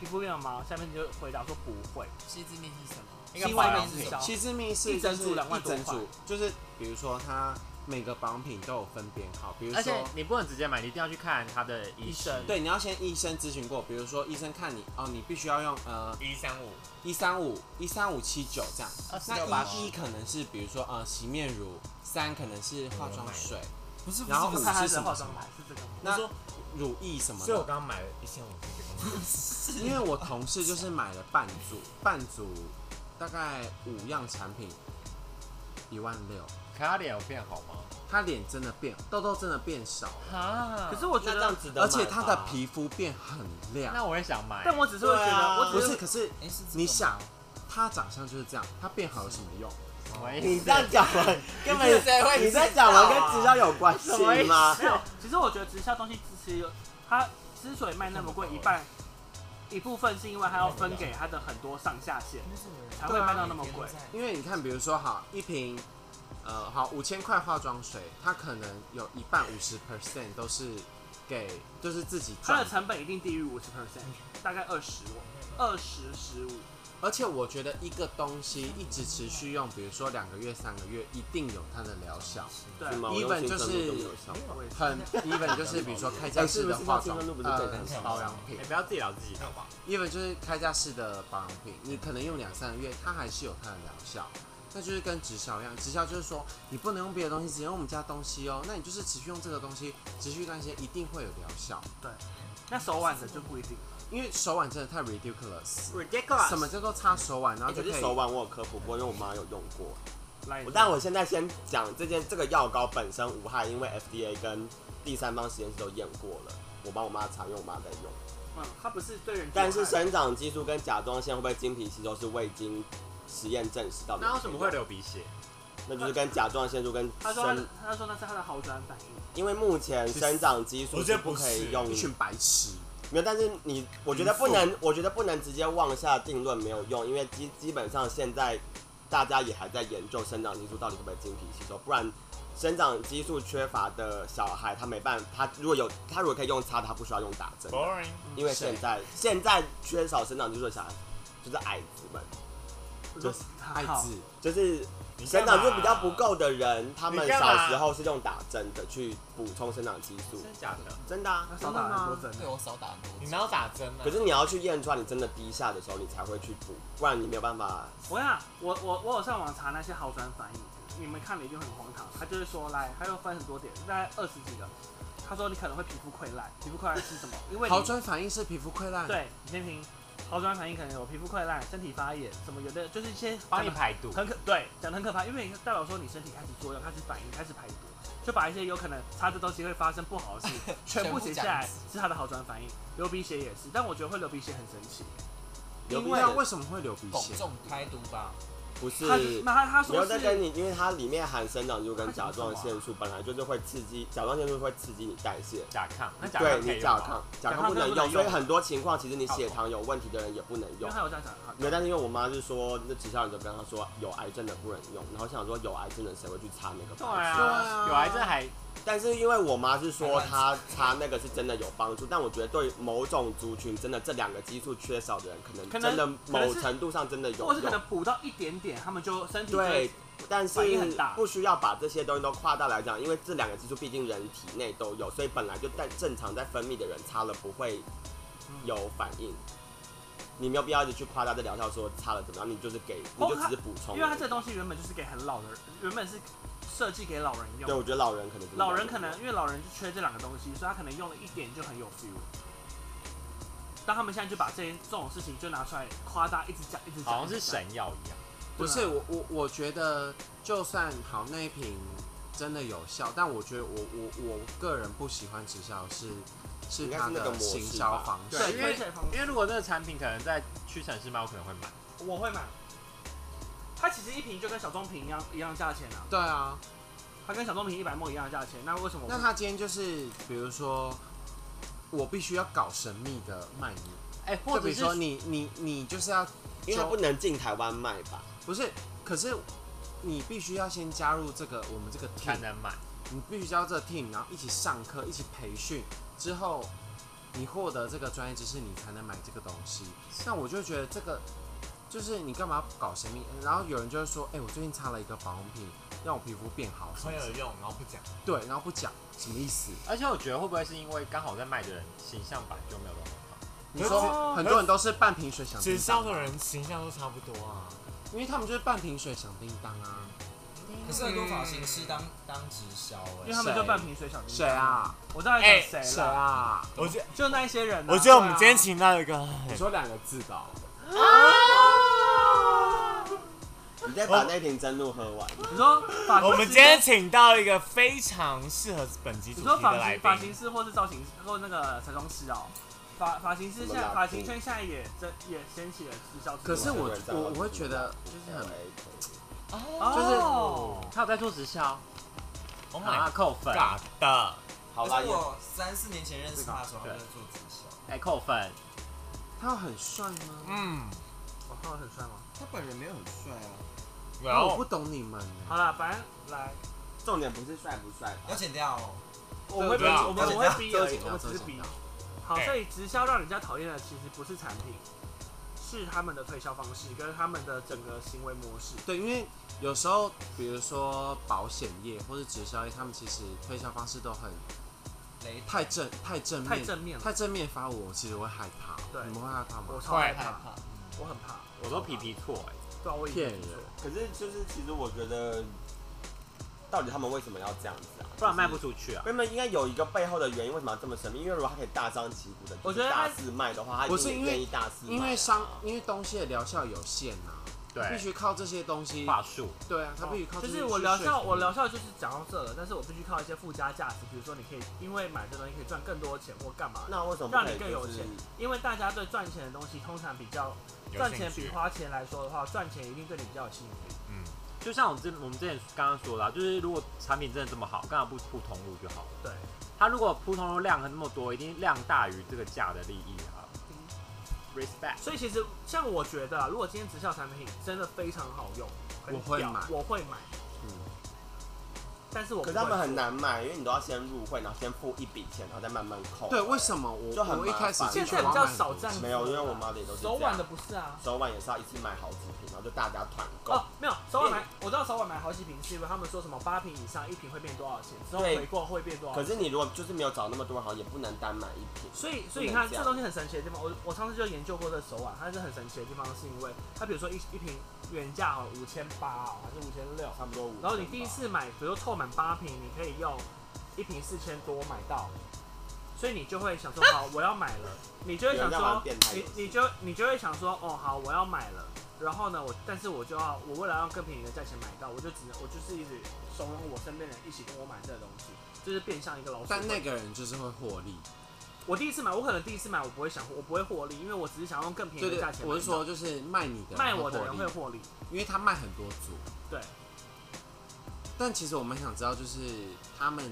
[SPEAKER 2] 皮肤变毛，下面就回答说不会，
[SPEAKER 6] 西之命是什么？
[SPEAKER 5] 应该
[SPEAKER 2] 西
[SPEAKER 5] 保
[SPEAKER 2] 外面
[SPEAKER 5] 养
[SPEAKER 2] 直
[SPEAKER 5] 品
[SPEAKER 2] 销，
[SPEAKER 3] 西之蜜是
[SPEAKER 2] 一整
[SPEAKER 3] 就是
[SPEAKER 2] 组2万
[SPEAKER 3] 一
[SPEAKER 2] 多
[SPEAKER 3] 整
[SPEAKER 2] 块
[SPEAKER 3] 组就是比如说它每个保养品都有分编号，比如
[SPEAKER 4] 而且
[SPEAKER 3] 说。
[SPEAKER 4] 你不能直接买，你一定要去看他的医
[SPEAKER 2] 医生
[SPEAKER 4] 生。
[SPEAKER 3] 对，你要先医生咨询过，比如说医生看你哦，你必须要用呃
[SPEAKER 5] 一三五，
[SPEAKER 3] 一三五一三五七九这样，
[SPEAKER 1] 呃
[SPEAKER 3] 那
[SPEAKER 6] 26
[SPEAKER 3] 一一可能是比如说呃洗面乳，三可能是化妆水，
[SPEAKER 6] 不是，不是
[SPEAKER 3] 然后
[SPEAKER 6] 不
[SPEAKER 3] 五
[SPEAKER 6] 是
[SPEAKER 2] 看他
[SPEAKER 3] 是
[SPEAKER 2] 的
[SPEAKER 3] 什
[SPEAKER 2] 化
[SPEAKER 3] 么什
[SPEAKER 2] 妆
[SPEAKER 3] 么
[SPEAKER 2] 牌，是这个吗？
[SPEAKER 3] 那
[SPEAKER 5] 我说
[SPEAKER 3] 乳液什么
[SPEAKER 5] 所以我
[SPEAKER 3] 的。
[SPEAKER 5] 刚刚买了一千五这个东西，
[SPEAKER 3] 因为我同事就是买了半组，半组大概五样产品，一万六，
[SPEAKER 5] 可他脸有变好吗？
[SPEAKER 3] 他脸真的变，痘痘真的变少了，
[SPEAKER 4] 啊
[SPEAKER 2] 可是我觉
[SPEAKER 1] 那这样
[SPEAKER 2] 得，
[SPEAKER 1] 值得
[SPEAKER 3] 而
[SPEAKER 1] 买吧
[SPEAKER 3] 且他的皮肤变很亮。
[SPEAKER 5] 那我也想买
[SPEAKER 2] 但我只是会觉
[SPEAKER 1] 对啊
[SPEAKER 2] 得，我
[SPEAKER 3] 不
[SPEAKER 2] 只
[SPEAKER 3] 是，
[SPEAKER 2] 是
[SPEAKER 3] 可是
[SPEAKER 6] 哎，是这个
[SPEAKER 3] 你
[SPEAKER 6] 吗
[SPEAKER 3] 想，他长相就是这样，他变好有什么用？
[SPEAKER 5] 什么意
[SPEAKER 1] 你
[SPEAKER 5] 思
[SPEAKER 1] 这样讲 完，根本
[SPEAKER 6] 谁会
[SPEAKER 1] 你在讲完跟直销有关系吗？
[SPEAKER 2] 没有，其实我觉得直销东西其实它之所以卖那么贵，一半一部分是因为它要分给它的很多上下线，才会卖到那么贵。
[SPEAKER 3] 因为你看，比如说好一瓶，呃，好五千块化妆水，它可能有一半五十 percent 都是给就是自己
[SPEAKER 2] 它
[SPEAKER 3] 赚
[SPEAKER 2] 的，成本一定低于五十 percent，大概二十二十十五。
[SPEAKER 3] 而且我觉得一个东西一直持续用，比如说两个月、三个月，一定有它的疗效。
[SPEAKER 2] 对，啊
[SPEAKER 1] 是吗？
[SPEAKER 3] 一本
[SPEAKER 1] 我用青春
[SPEAKER 3] 就是
[SPEAKER 1] 露都没有效
[SPEAKER 2] 我也是
[SPEAKER 3] 很 even 就是比如说开架式的化妆
[SPEAKER 1] 哎是不是那青春露不是最难
[SPEAKER 3] 呃
[SPEAKER 1] 吃
[SPEAKER 3] 保养品
[SPEAKER 4] 你不要自己聊自己的。
[SPEAKER 3] ，even 就是开架式的保养品，你可能用两三个月，它还是有它的疗效。那就是跟直销一样，直销就是说你不能用别的东西，只能用我们家东西哦。那你就是持续用这个东西，持续那些一定会有疗效。
[SPEAKER 2] 那手腕的就不一定。
[SPEAKER 3] 因为手腕真的太 ridiculous。
[SPEAKER 4] Ridiculous！
[SPEAKER 3] 什么叫做擦手腕？然后
[SPEAKER 1] 哎
[SPEAKER 3] 就
[SPEAKER 1] 可
[SPEAKER 3] 可
[SPEAKER 1] 是
[SPEAKER 3] 以
[SPEAKER 1] 手腕我有科普过，因为我妈有用过。
[SPEAKER 2] 来，
[SPEAKER 1] 我但我现在先讲这件这个药膏本身无害，因为 FDA 跟第三方实验室都验过了。我帮我妈查，因为我妈在用。
[SPEAKER 2] 嗯，它不是对人体有害，
[SPEAKER 1] 但是生长激素跟甲状腺会不会经皮吸收是未经实验证实到底有没有。
[SPEAKER 4] 那为什么会流鼻血？
[SPEAKER 1] 那就是跟甲状腺素跟
[SPEAKER 2] 他说
[SPEAKER 1] 生，
[SPEAKER 2] 他说那是他的好转反应，
[SPEAKER 1] 因为目前生长激素
[SPEAKER 5] 我
[SPEAKER 1] 是
[SPEAKER 5] 觉得不是
[SPEAKER 1] 可以用
[SPEAKER 3] 一群白痴。
[SPEAKER 1] 没有，但是你，我觉得不能，我觉得不能直接妄下定论，没有用，因为基基本上现在大家也还在研究生长激素到底会不会经皮吸收，不然生长激素缺乏的小孩，他没办法，他如果有他如果可以用擦的，他不需要用打针，
[SPEAKER 5] ？Boring，
[SPEAKER 1] 因为现在现在缺少生长激素的小孩就是矮子们，就是
[SPEAKER 3] 爱
[SPEAKER 2] 好
[SPEAKER 3] 子，
[SPEAKER 1] 就是
[SPEAKER 5] 你
[SPEAKER 4] 啊
[SPEAKER 1] 生
[SPEAKER 5] 干嘛
[SPEAKER 1] 长激素比较不够的人，他们
[SPEAKER 5] 你干嘛
[SPEAKER 1] 小时候是用打针的去补充生长激素，
[SPEAKER 4] 真的假的？
[SPEAKER 1] 真的啊。
[SPEAKER 2] 那少打了很多针。
[SPEAKER 6] 对我少打很多
[SPEAKER 5] 你
[SPEAKER 6] 次。
[SPEAKER 5] 哪有打针啊呢？
[SPEAKER 1] 可是你要去验出来你真的低下的时候，你才会去补，不然你没有办法。
[SPEAKER 2] 我跟你讲，我我我有上网查那些好转反应，你们看了一定很荒唐。他就是说，来，他又分很多点，大概二十几个。他说你可能会皮肤溃烂， 皮肤溃烂是什么？因为你
[SPEAKER 3] 好转反应是皮肤溃烂。，
[SPEAKER 2] 对你先听，好转反应可能有皮肤溃烂、身体发炎什么，有的就是一些
[SPEAKER 4] 帮你排毒。
[SPEAKER 2] 很可对讲得很可怕，因为代表说你身体开始作用，开始反应，开始排毒，就把一些有可能擦的东西会发生不好的事全部写下来
[SPEAKER 6] 全部讲一次
[SPEAKER 2] 是他的好转反应。流鼻血也是，但我觉得会流鼻血很神奇，
[SPEAKER 1] 流
[SPEAKER 3] 因
[SPEAKER 1] 鼻
[SPEAKER 3] 为为
[SPEAKER 1] 血
[SPEAKER 3] 什么会流鼻
[SPEAKER 6] 汞
[SPEAKER 3] 血？
[SPEAKER 6] 中毒排毒吧，
[SPEAKER 1] 不是
[SPEAKER 2] 他是那他他
[SPEAKER 1] 没有
[SPEAKER 2] 说
[SPEAKER 1] 在跟
[SPEAKER 2] 是
[SPEAKER 1] 你，因为它里面含生长激素跟甲状腺素，本来就是会刺激甲状腺素会刺激你代谢，
[SPEAKER 4] 甲亢，那甲
[SPEAKER 1] 对
[SPEAKER 4] 亢可
[SPEAKER 1] 你
[SPEAKER 4] 以用
[SPEAKER 1] 甲
[SPEAKER 4] 吗
[SPEAKER 1] 亢？，甲
[SPEAKER 2] 甲亢
[SPEAKER 1] 亢不能
[SPEAKER 2] 不能用
[SPEAKER 1] 用，所以很多情况其实你血糖有问题的人也不能
[SPEAKER 2] 因
[SPEAKER 1] 用
[SPEAKER 2] 为。他有这样讲，好
[SPEAKER 1] 没有，但是因为我妈就说，那直销人就跟她说，有癌症的不能用。然后想说，有癌症的谁会去擦那个？
[SPEAKER 4] 对
[SPEAKER 3] 对
[SPEAKER 4] 啊
[SPEAKER 3] 啊，
[SPEAKER 4] 有癌症还
[SPEAKER 1] 但是因为我妈是说她擦那个是真的有帮助，但我觉得对某种族群真的这两个激素缺少的人，可能
[SPEAKER 2] 可
[SPEAKER 1] 真
[SPEAKER 2] 能
[SPEAKER 1] 的
[SPEAKER 2] 可
[SPEAKER 1] 某
[SPEAKER 2] 能是
[SPEAKER 1] 程度上真的有
[SPEAKER 2] 或是可
[SPEAKER 1] 用
[SPEAKER 2] 能。补到一点点，他们就身体就会
[SPEAKER 1] 对，但是
[SPEAKER 2] 反应很大
[SPEAKER 1] 不需要把这些东西都夸大来讲，因为这两个激素毕竟人体内都有，所以本来就在正常在分泌的人擦了不会有反应。你没有必要一直去夸大这疗效说差了怎么样，你就是给，你就只是补充而已。
[SPEAKER 2] 因为它这个东西原本就是给很老的人，原本是设计给老人用
[SPEAKER 1] 对，
[SPEAKER 2] 的。
[SPEAKER 1] 我觉得老人可能
[SPEAKER 2] 老人可能因为老人就缺这两个东西，所以他可能用了一点就很有 feel。但他们现在就把这这种事情就拿出来夸大，一直讲，一直讲，
[SPEAKER 5] 好像是
[SPEAKER 2] 一直讲
[SPEAKER 5] 闪耀一样。
[SPEAKER 3] 不是
[SPEAKER 1] 啊
[SPEAKER 3] 我我我觉得，就算好那一瓶真的有效，但我觉得我我我个人不喜欢直销是是
[SPEAKER 1] 应该是
[SPEAKER 3] 它
[SPEAKER 1] 那个
[SPEAKER 3] 的
[SPEAKER 1] 模式
[SPEAKER 3] 行销
[SPEAKER 1] 吧
[SPEAKER 3] 方式。
[SPEAKER 2] 对，
[SPEAKER 4] 因
[SPEAKER 2] 因
[SPEAKER 4] 为
[SPEAKER 2] 为这方面
[SPEAKER 4] 因为如果这个产品可能在屈臣氏卖，我可能会买。
[SPEAKER 2] 我会买。它其实一瓶就跟小棕瓶一样一样价钱啊，
[SPEAKER 3] 对啊，
[SPEAKER 2] 它跟小棕瓶一百墨一样的价钱，那为什么我
[SPEAKER 3] 那他今天就是比如说，我必须要搞神秘的卖你，
[SPEAKER 4] 哎，或
[SPEAKER 3] 就
[SPEAKER 4] 者
[SPEAKER 3] 比如说
[SPEAKER 4] 是
[SPEAKER 3] 你你你就是要
[SPEAKER 1] 因为它不能进台湾卖吧？
[SPEAKER 3] 不是，可是你必须要先加入这个我们这个
[SPEAKER 4] 才
[SPEAKER 3] team，
[SPEAKER 4] 能买。
[SPEAKER 3] 你必须加入这个 team，然后一起上课，一起培训之后，你获得这个专业知识，你才能买这个东西。那我就觉得这个就是你干嘛搞神秘？然后有人就会说，哎、我最近擦了一个保养品，让我皮肤变好，
[SPEAKER 5] 很有用，然后不讲。
[SPEAKER 3] 对，然后不讲什么意思？
[SPEAKER 4] 而且我觉得会不会是因为刚好在卖的人形象版就没有那么好？
[SPEAKER 3] 你说很多人都是半瓶水响
[SPEAKER 5] 直
[SPEAKER 3] 叮
[SPEAKER 5] 销
[SPEAKER 3] 当，啊
[SPEAKER 5] 的人形象都差不多啊。嗯
[SPEAKER 3] 因为他们就是半瓶水响叮当啊。
[SPEAKER 6] 可是很多发型师当当直销
[SPEAKER 2] 因为
[SPEAKER 6] 哎、
[SPEAKER 2] 他们就半瓶水小叮当
[SPEAKER 3] 谁？啊？
[SPEAKER 2] 我知道在
[SPEAKER 5] 哎
[SPEAKER 2] 讲谁
[SPEAKER 3] 谁
[SPEAKER 2] 了，
[SPEAKER 3] 啊？
[SPEAKER 5] 我觉得，
[SPEAKER 2] 就那一些人啊。
[SPEAKER 5] 我觉得我们
[SPEAKER 2] 对啊
[SPEAKER 5] 今天请到一个，
[SPEAKER 3] 你说两个字的哦、
[SPEAKER 1] 你再把那瓶真露喝完，
[SPEAKER 2] 你说
[SPEAKER 4] 啊
[SPEAKER 2] 发
[SPEAKER 5] 我们今天请到一个非常适合本集主
[SPEAKER 2] 你说
[SPEAKER 5] 题的
[SPEAKER 2] 发
[SPEAKER 5] 来
[SPEAKER 2] 型发
[SPEAKER 5] 宾
[SPEAKER 2] 型。师或是造型师或那个彩妆师哦，发发型师现
[SPEAKER 1] 什么
[SPEAKER 2] 在
[SPEAKER 1] 啦
[SPEAKER 2] 发型圈现在也真也掀起了直销之路。
[SPEAKER 3] 可是我
[SPEAKER 1] 对
[SPEAKER 3] 我我会觉得就是很
[SPEAKER 7] 啊
[SPEAKER 2] 哦，
[SPEAKER 4] 他有在做直销，
[SPEAKER 5] Oh
[SPEAKER 4] 啊
[SPEAKER 5] my
[SPEAKER 4] 扣分，
[SPEAKER 5] god！的
[SPEAKER 1] 好
[SPEAKER 6] 可
[SPEAKER 1] 啦
[SPEAKER 6] 是
[SPEAKER 1] 也
[SPEAKER 6] 我三四年前认识他的时候，他就在做直销。
[SPEAKER 4] 哎扣分，
[SPEAKER 3] 他很帅吗？
[SPEAKER 5] 嗯，
[SPEAKER 2] 我看我很帅吗？
[SPEAKER 7] 他本人没有很帅啊，
[SPEAKER 5] 然
[SPEAKER 3] 那我不
[SPEAKER 5] 后
[SPEAKER 3] 懂你们欸。
[SPEAKER 2] 好啦，反正来，
[SPEAKER 1] 重点不是帅不帅吧
[SPEAKER 6] 要？剪掉哦，
[SPEAKER 2] 我们会逼，
[SPEAKER 5] 对啊
[SPEAKER 2] 我们我们会逼
[SPEAKER 3] 这
[SPEAKER 2] 而
[SPEAKER 3] 个
[SPEAKER 2] 已
[SPEAKER 3] 剪，
[SPEAKER 2] 我
[SPEAKER 3] 掉
[SPEAKER 2] 们
[SPEAKER 3] 这
[SPEAKER 2] 只
[SPEAKER 3] 个
[SPEAKER 2] 是
[SPEAKER 3] 剪
[SPEAKER 2] 逼
[SPEAKER 3] 掉。
[SPEAKER 2] 好，
[SPEAKER 5] 哎
[SPEAKER 2] 所以直销让人家讨厌的其实不是产品，是他们的推销方式跟他们的整个行为模式。
[SPEAKER 3] 对，因为有时候，比如说保险业或者直销业，他们其实推销方式都很
[SPEAKER 6] 雷
[SPEAKER 3] 太正、太正
[SPEAKER 2] 嗯
[SPEAKER 3] 面、
[SPEAKER 2] 太正面了
[SPEAKER 3] 太正面发我，我其实我会害怕。
[SPEAKER 2] 对
[SPEAKER 3] 你们会害怕
[SPEAKER 2] 我
[SPEAKER 3] 吗？
[SPEAKER 2] 超害
[SPEAKER 5] 会
[SPEAKER 2] 怕，嗯我很怕，
[SPEAKER 4] 我都皮皮错哎。
[SPEAKER 2] 对啊，我以
[SPEAKER 3] 骗
[SPEAKER 2] 前
[SPEAKER 3] 人
[SPEAKER 2] 也说，
[SPEAKER 1] 可是就是其实我觉得，到底他们为什么要这样子啊？
[SPEAKER 4] 不然卖不出去啊。
[SPEAKER 1] 他们应该有一个背后的原因，为什么要这么神秘？因为如果他可以大张旗鼓的，
[SPEAKER 2] 我觉得他
[SPEAKER 1] 大肆卖的话，他一定
[SPEAKER 3] 不是因为
[SPEAKER 1] 愿意大肆卖啊、
[SPEAKER 3] 因为商，因为东西的疗效有限啊，必
[SPEAKER 4] 对，
[SPEAKER 3] 须靠这些东西。
[SPEAKER 4] 话术。
[SPEAKER 3] 对啊，他必须靠
[SPEAKER 2] 哦就
[SPEAKER 3] 这些去
[SPEAKER 2] 是
[SPEAKER 3] 说服
[SPEAKER 2] 我
[SPEAKER 3] 你。
[SPEAKER 2] 疗效，我疗效就是讲到这了，但是我必须靠一些附加价值，比如说你可以因为买这东西可以赚更多钱或干嘛的，
[SPEAKER 1] 那为什么不
[SPEAKER 2] 让
[SPEAKER 1] 可
[SPEAKER 2] 你
[SPEAKER 1] 以
[SPEAKER 2] 更有
[SPEAKER 1] 就是
[SPEAKER 2] 钱。因为大家对赚钱的东西通常比较赚钱比花钱来说的话，赚钱一定对你比较有吸引力。
[SPEAKER 5] 嗯，
[SPEAKER 4] 就像我们之我们之前刚刚说的、啊，就是如果产品真的这么好，干嘛不铺通路就好了？
[SPEAKER 2] 对，
[SPEAKER 4] 它如果铺通路量很那么多，一定量大于这个价的利益啊。Respect，
[SPEAKER 2] 所以其实像我觉得啊，如果今天直销产品真的非常好用，很
[SPEAKER 3] 我会
[SPEAKER 2] 屌
[SPEAKER 3] 买
[SPEAKER 2] 我会买，
[SPEAKER 3] 嗯
[SPEAKER 2] 但是我
[SPEAKER 1] 可
[SPEAKER 2] 不
[SPEAKER 1] 是他
[SPEAKER 2] 会
[SPEAKER 1] 们很
[SPEAKER 2] 做。
[SPEAKER 1] 难买，因为你都要先入会，然后先付一笔钱，然后再慢慢扣。
[SPEAKER 3] 对，为什么我
[SPEAKER 1] 就很
[SPEAKER 3] 我一开始
[SPEAKER 1] 麻烦
[SPEAKER 2] 现
[SPEAKER 3] 进去
[SPEAKER 2] 在比
[SPEAKER 3] 我要
[SPEAKER 2] 较
[SPEAKER 3] 买
[SPEAKER 2] 少
[SPEAKER 3] 很多
[SPEAKER 2] 这样子，
[SPEAKER 1] 没有因为我妈的也都是这
[SPEAKER 2] 手
[SPEAKER 1] 样
[SPEAKER 2] 腕的不是啊。
[SPEAKER 1] 手腕也是要一次买好几瓶，然后就大家团购。
[SPEAKER 2] 哦，没有手腕买，我知道手腕买好几瓶是因为他们说什么八瓶以上一瓶会变多少钱，之后
[SPEAKER 1] 对
[SPEAKER 2] 回购会变多少
[SPEAKER 1] 可
[SPEAKER 2] 钱。
[SPEAKER 1] 是你如果就是没有找那么多人，好像也不能单买一瓶。
[SPEAKER 2] 所以，所以你看这
[SPEAKER 1] 不能这样
[SPEAKER 2] 东西很神奇的地方，我我上次就研究过这手腕，它是很神奇的地方，是因为它比如说一一瓶原价哦五千八哦，还是五千六，
[SPEAKER 1] 差不多五千吧。
[SPEAKER 2] 然后你第一次买，比如说凑满八瓶，你可以用一瓶四千多买到，所以你就会想说，好，我要买了，你就会想
[SPEAKER 1] 有人在
[SPEAKER 2] 说
[SPEAKER 1] 玩变，态
[SPEAKER 2] 你
[SPEAKER 1] 游戏
[SPEAKER 2] 你就你就会想说，哦，好，我要买了，然后呢，我但是我就要，我为了要更便宜的价钱买到，我就只能我就是一直怂恿我身边人一起跟我买这个东西，就是变相一个老鼠会。
[SPEAKER 3] 但那个人就是会获利。
[SPEAKER 2] 我第一次买，我可能第一次买我不会想，我不会获利，因为我只是想用更便
[SPEAKER 3] 对
[SPEAKER 2] 宜的
[SPEAKER 3] 对
[SPEAKER 2] 价钱，买到。
[SPEAKER 3] 我是说就是卖你的人
[SPEAKER 2] 卖我的人
[SPEAKER 3] 获利
[SPEAKER 2] 会获利，
[SPEAKER 3] 因为他卖很多组。
[SPEAKER 2] 对。
[SPEAKER 3] 但其实我蛮想知道，就是他们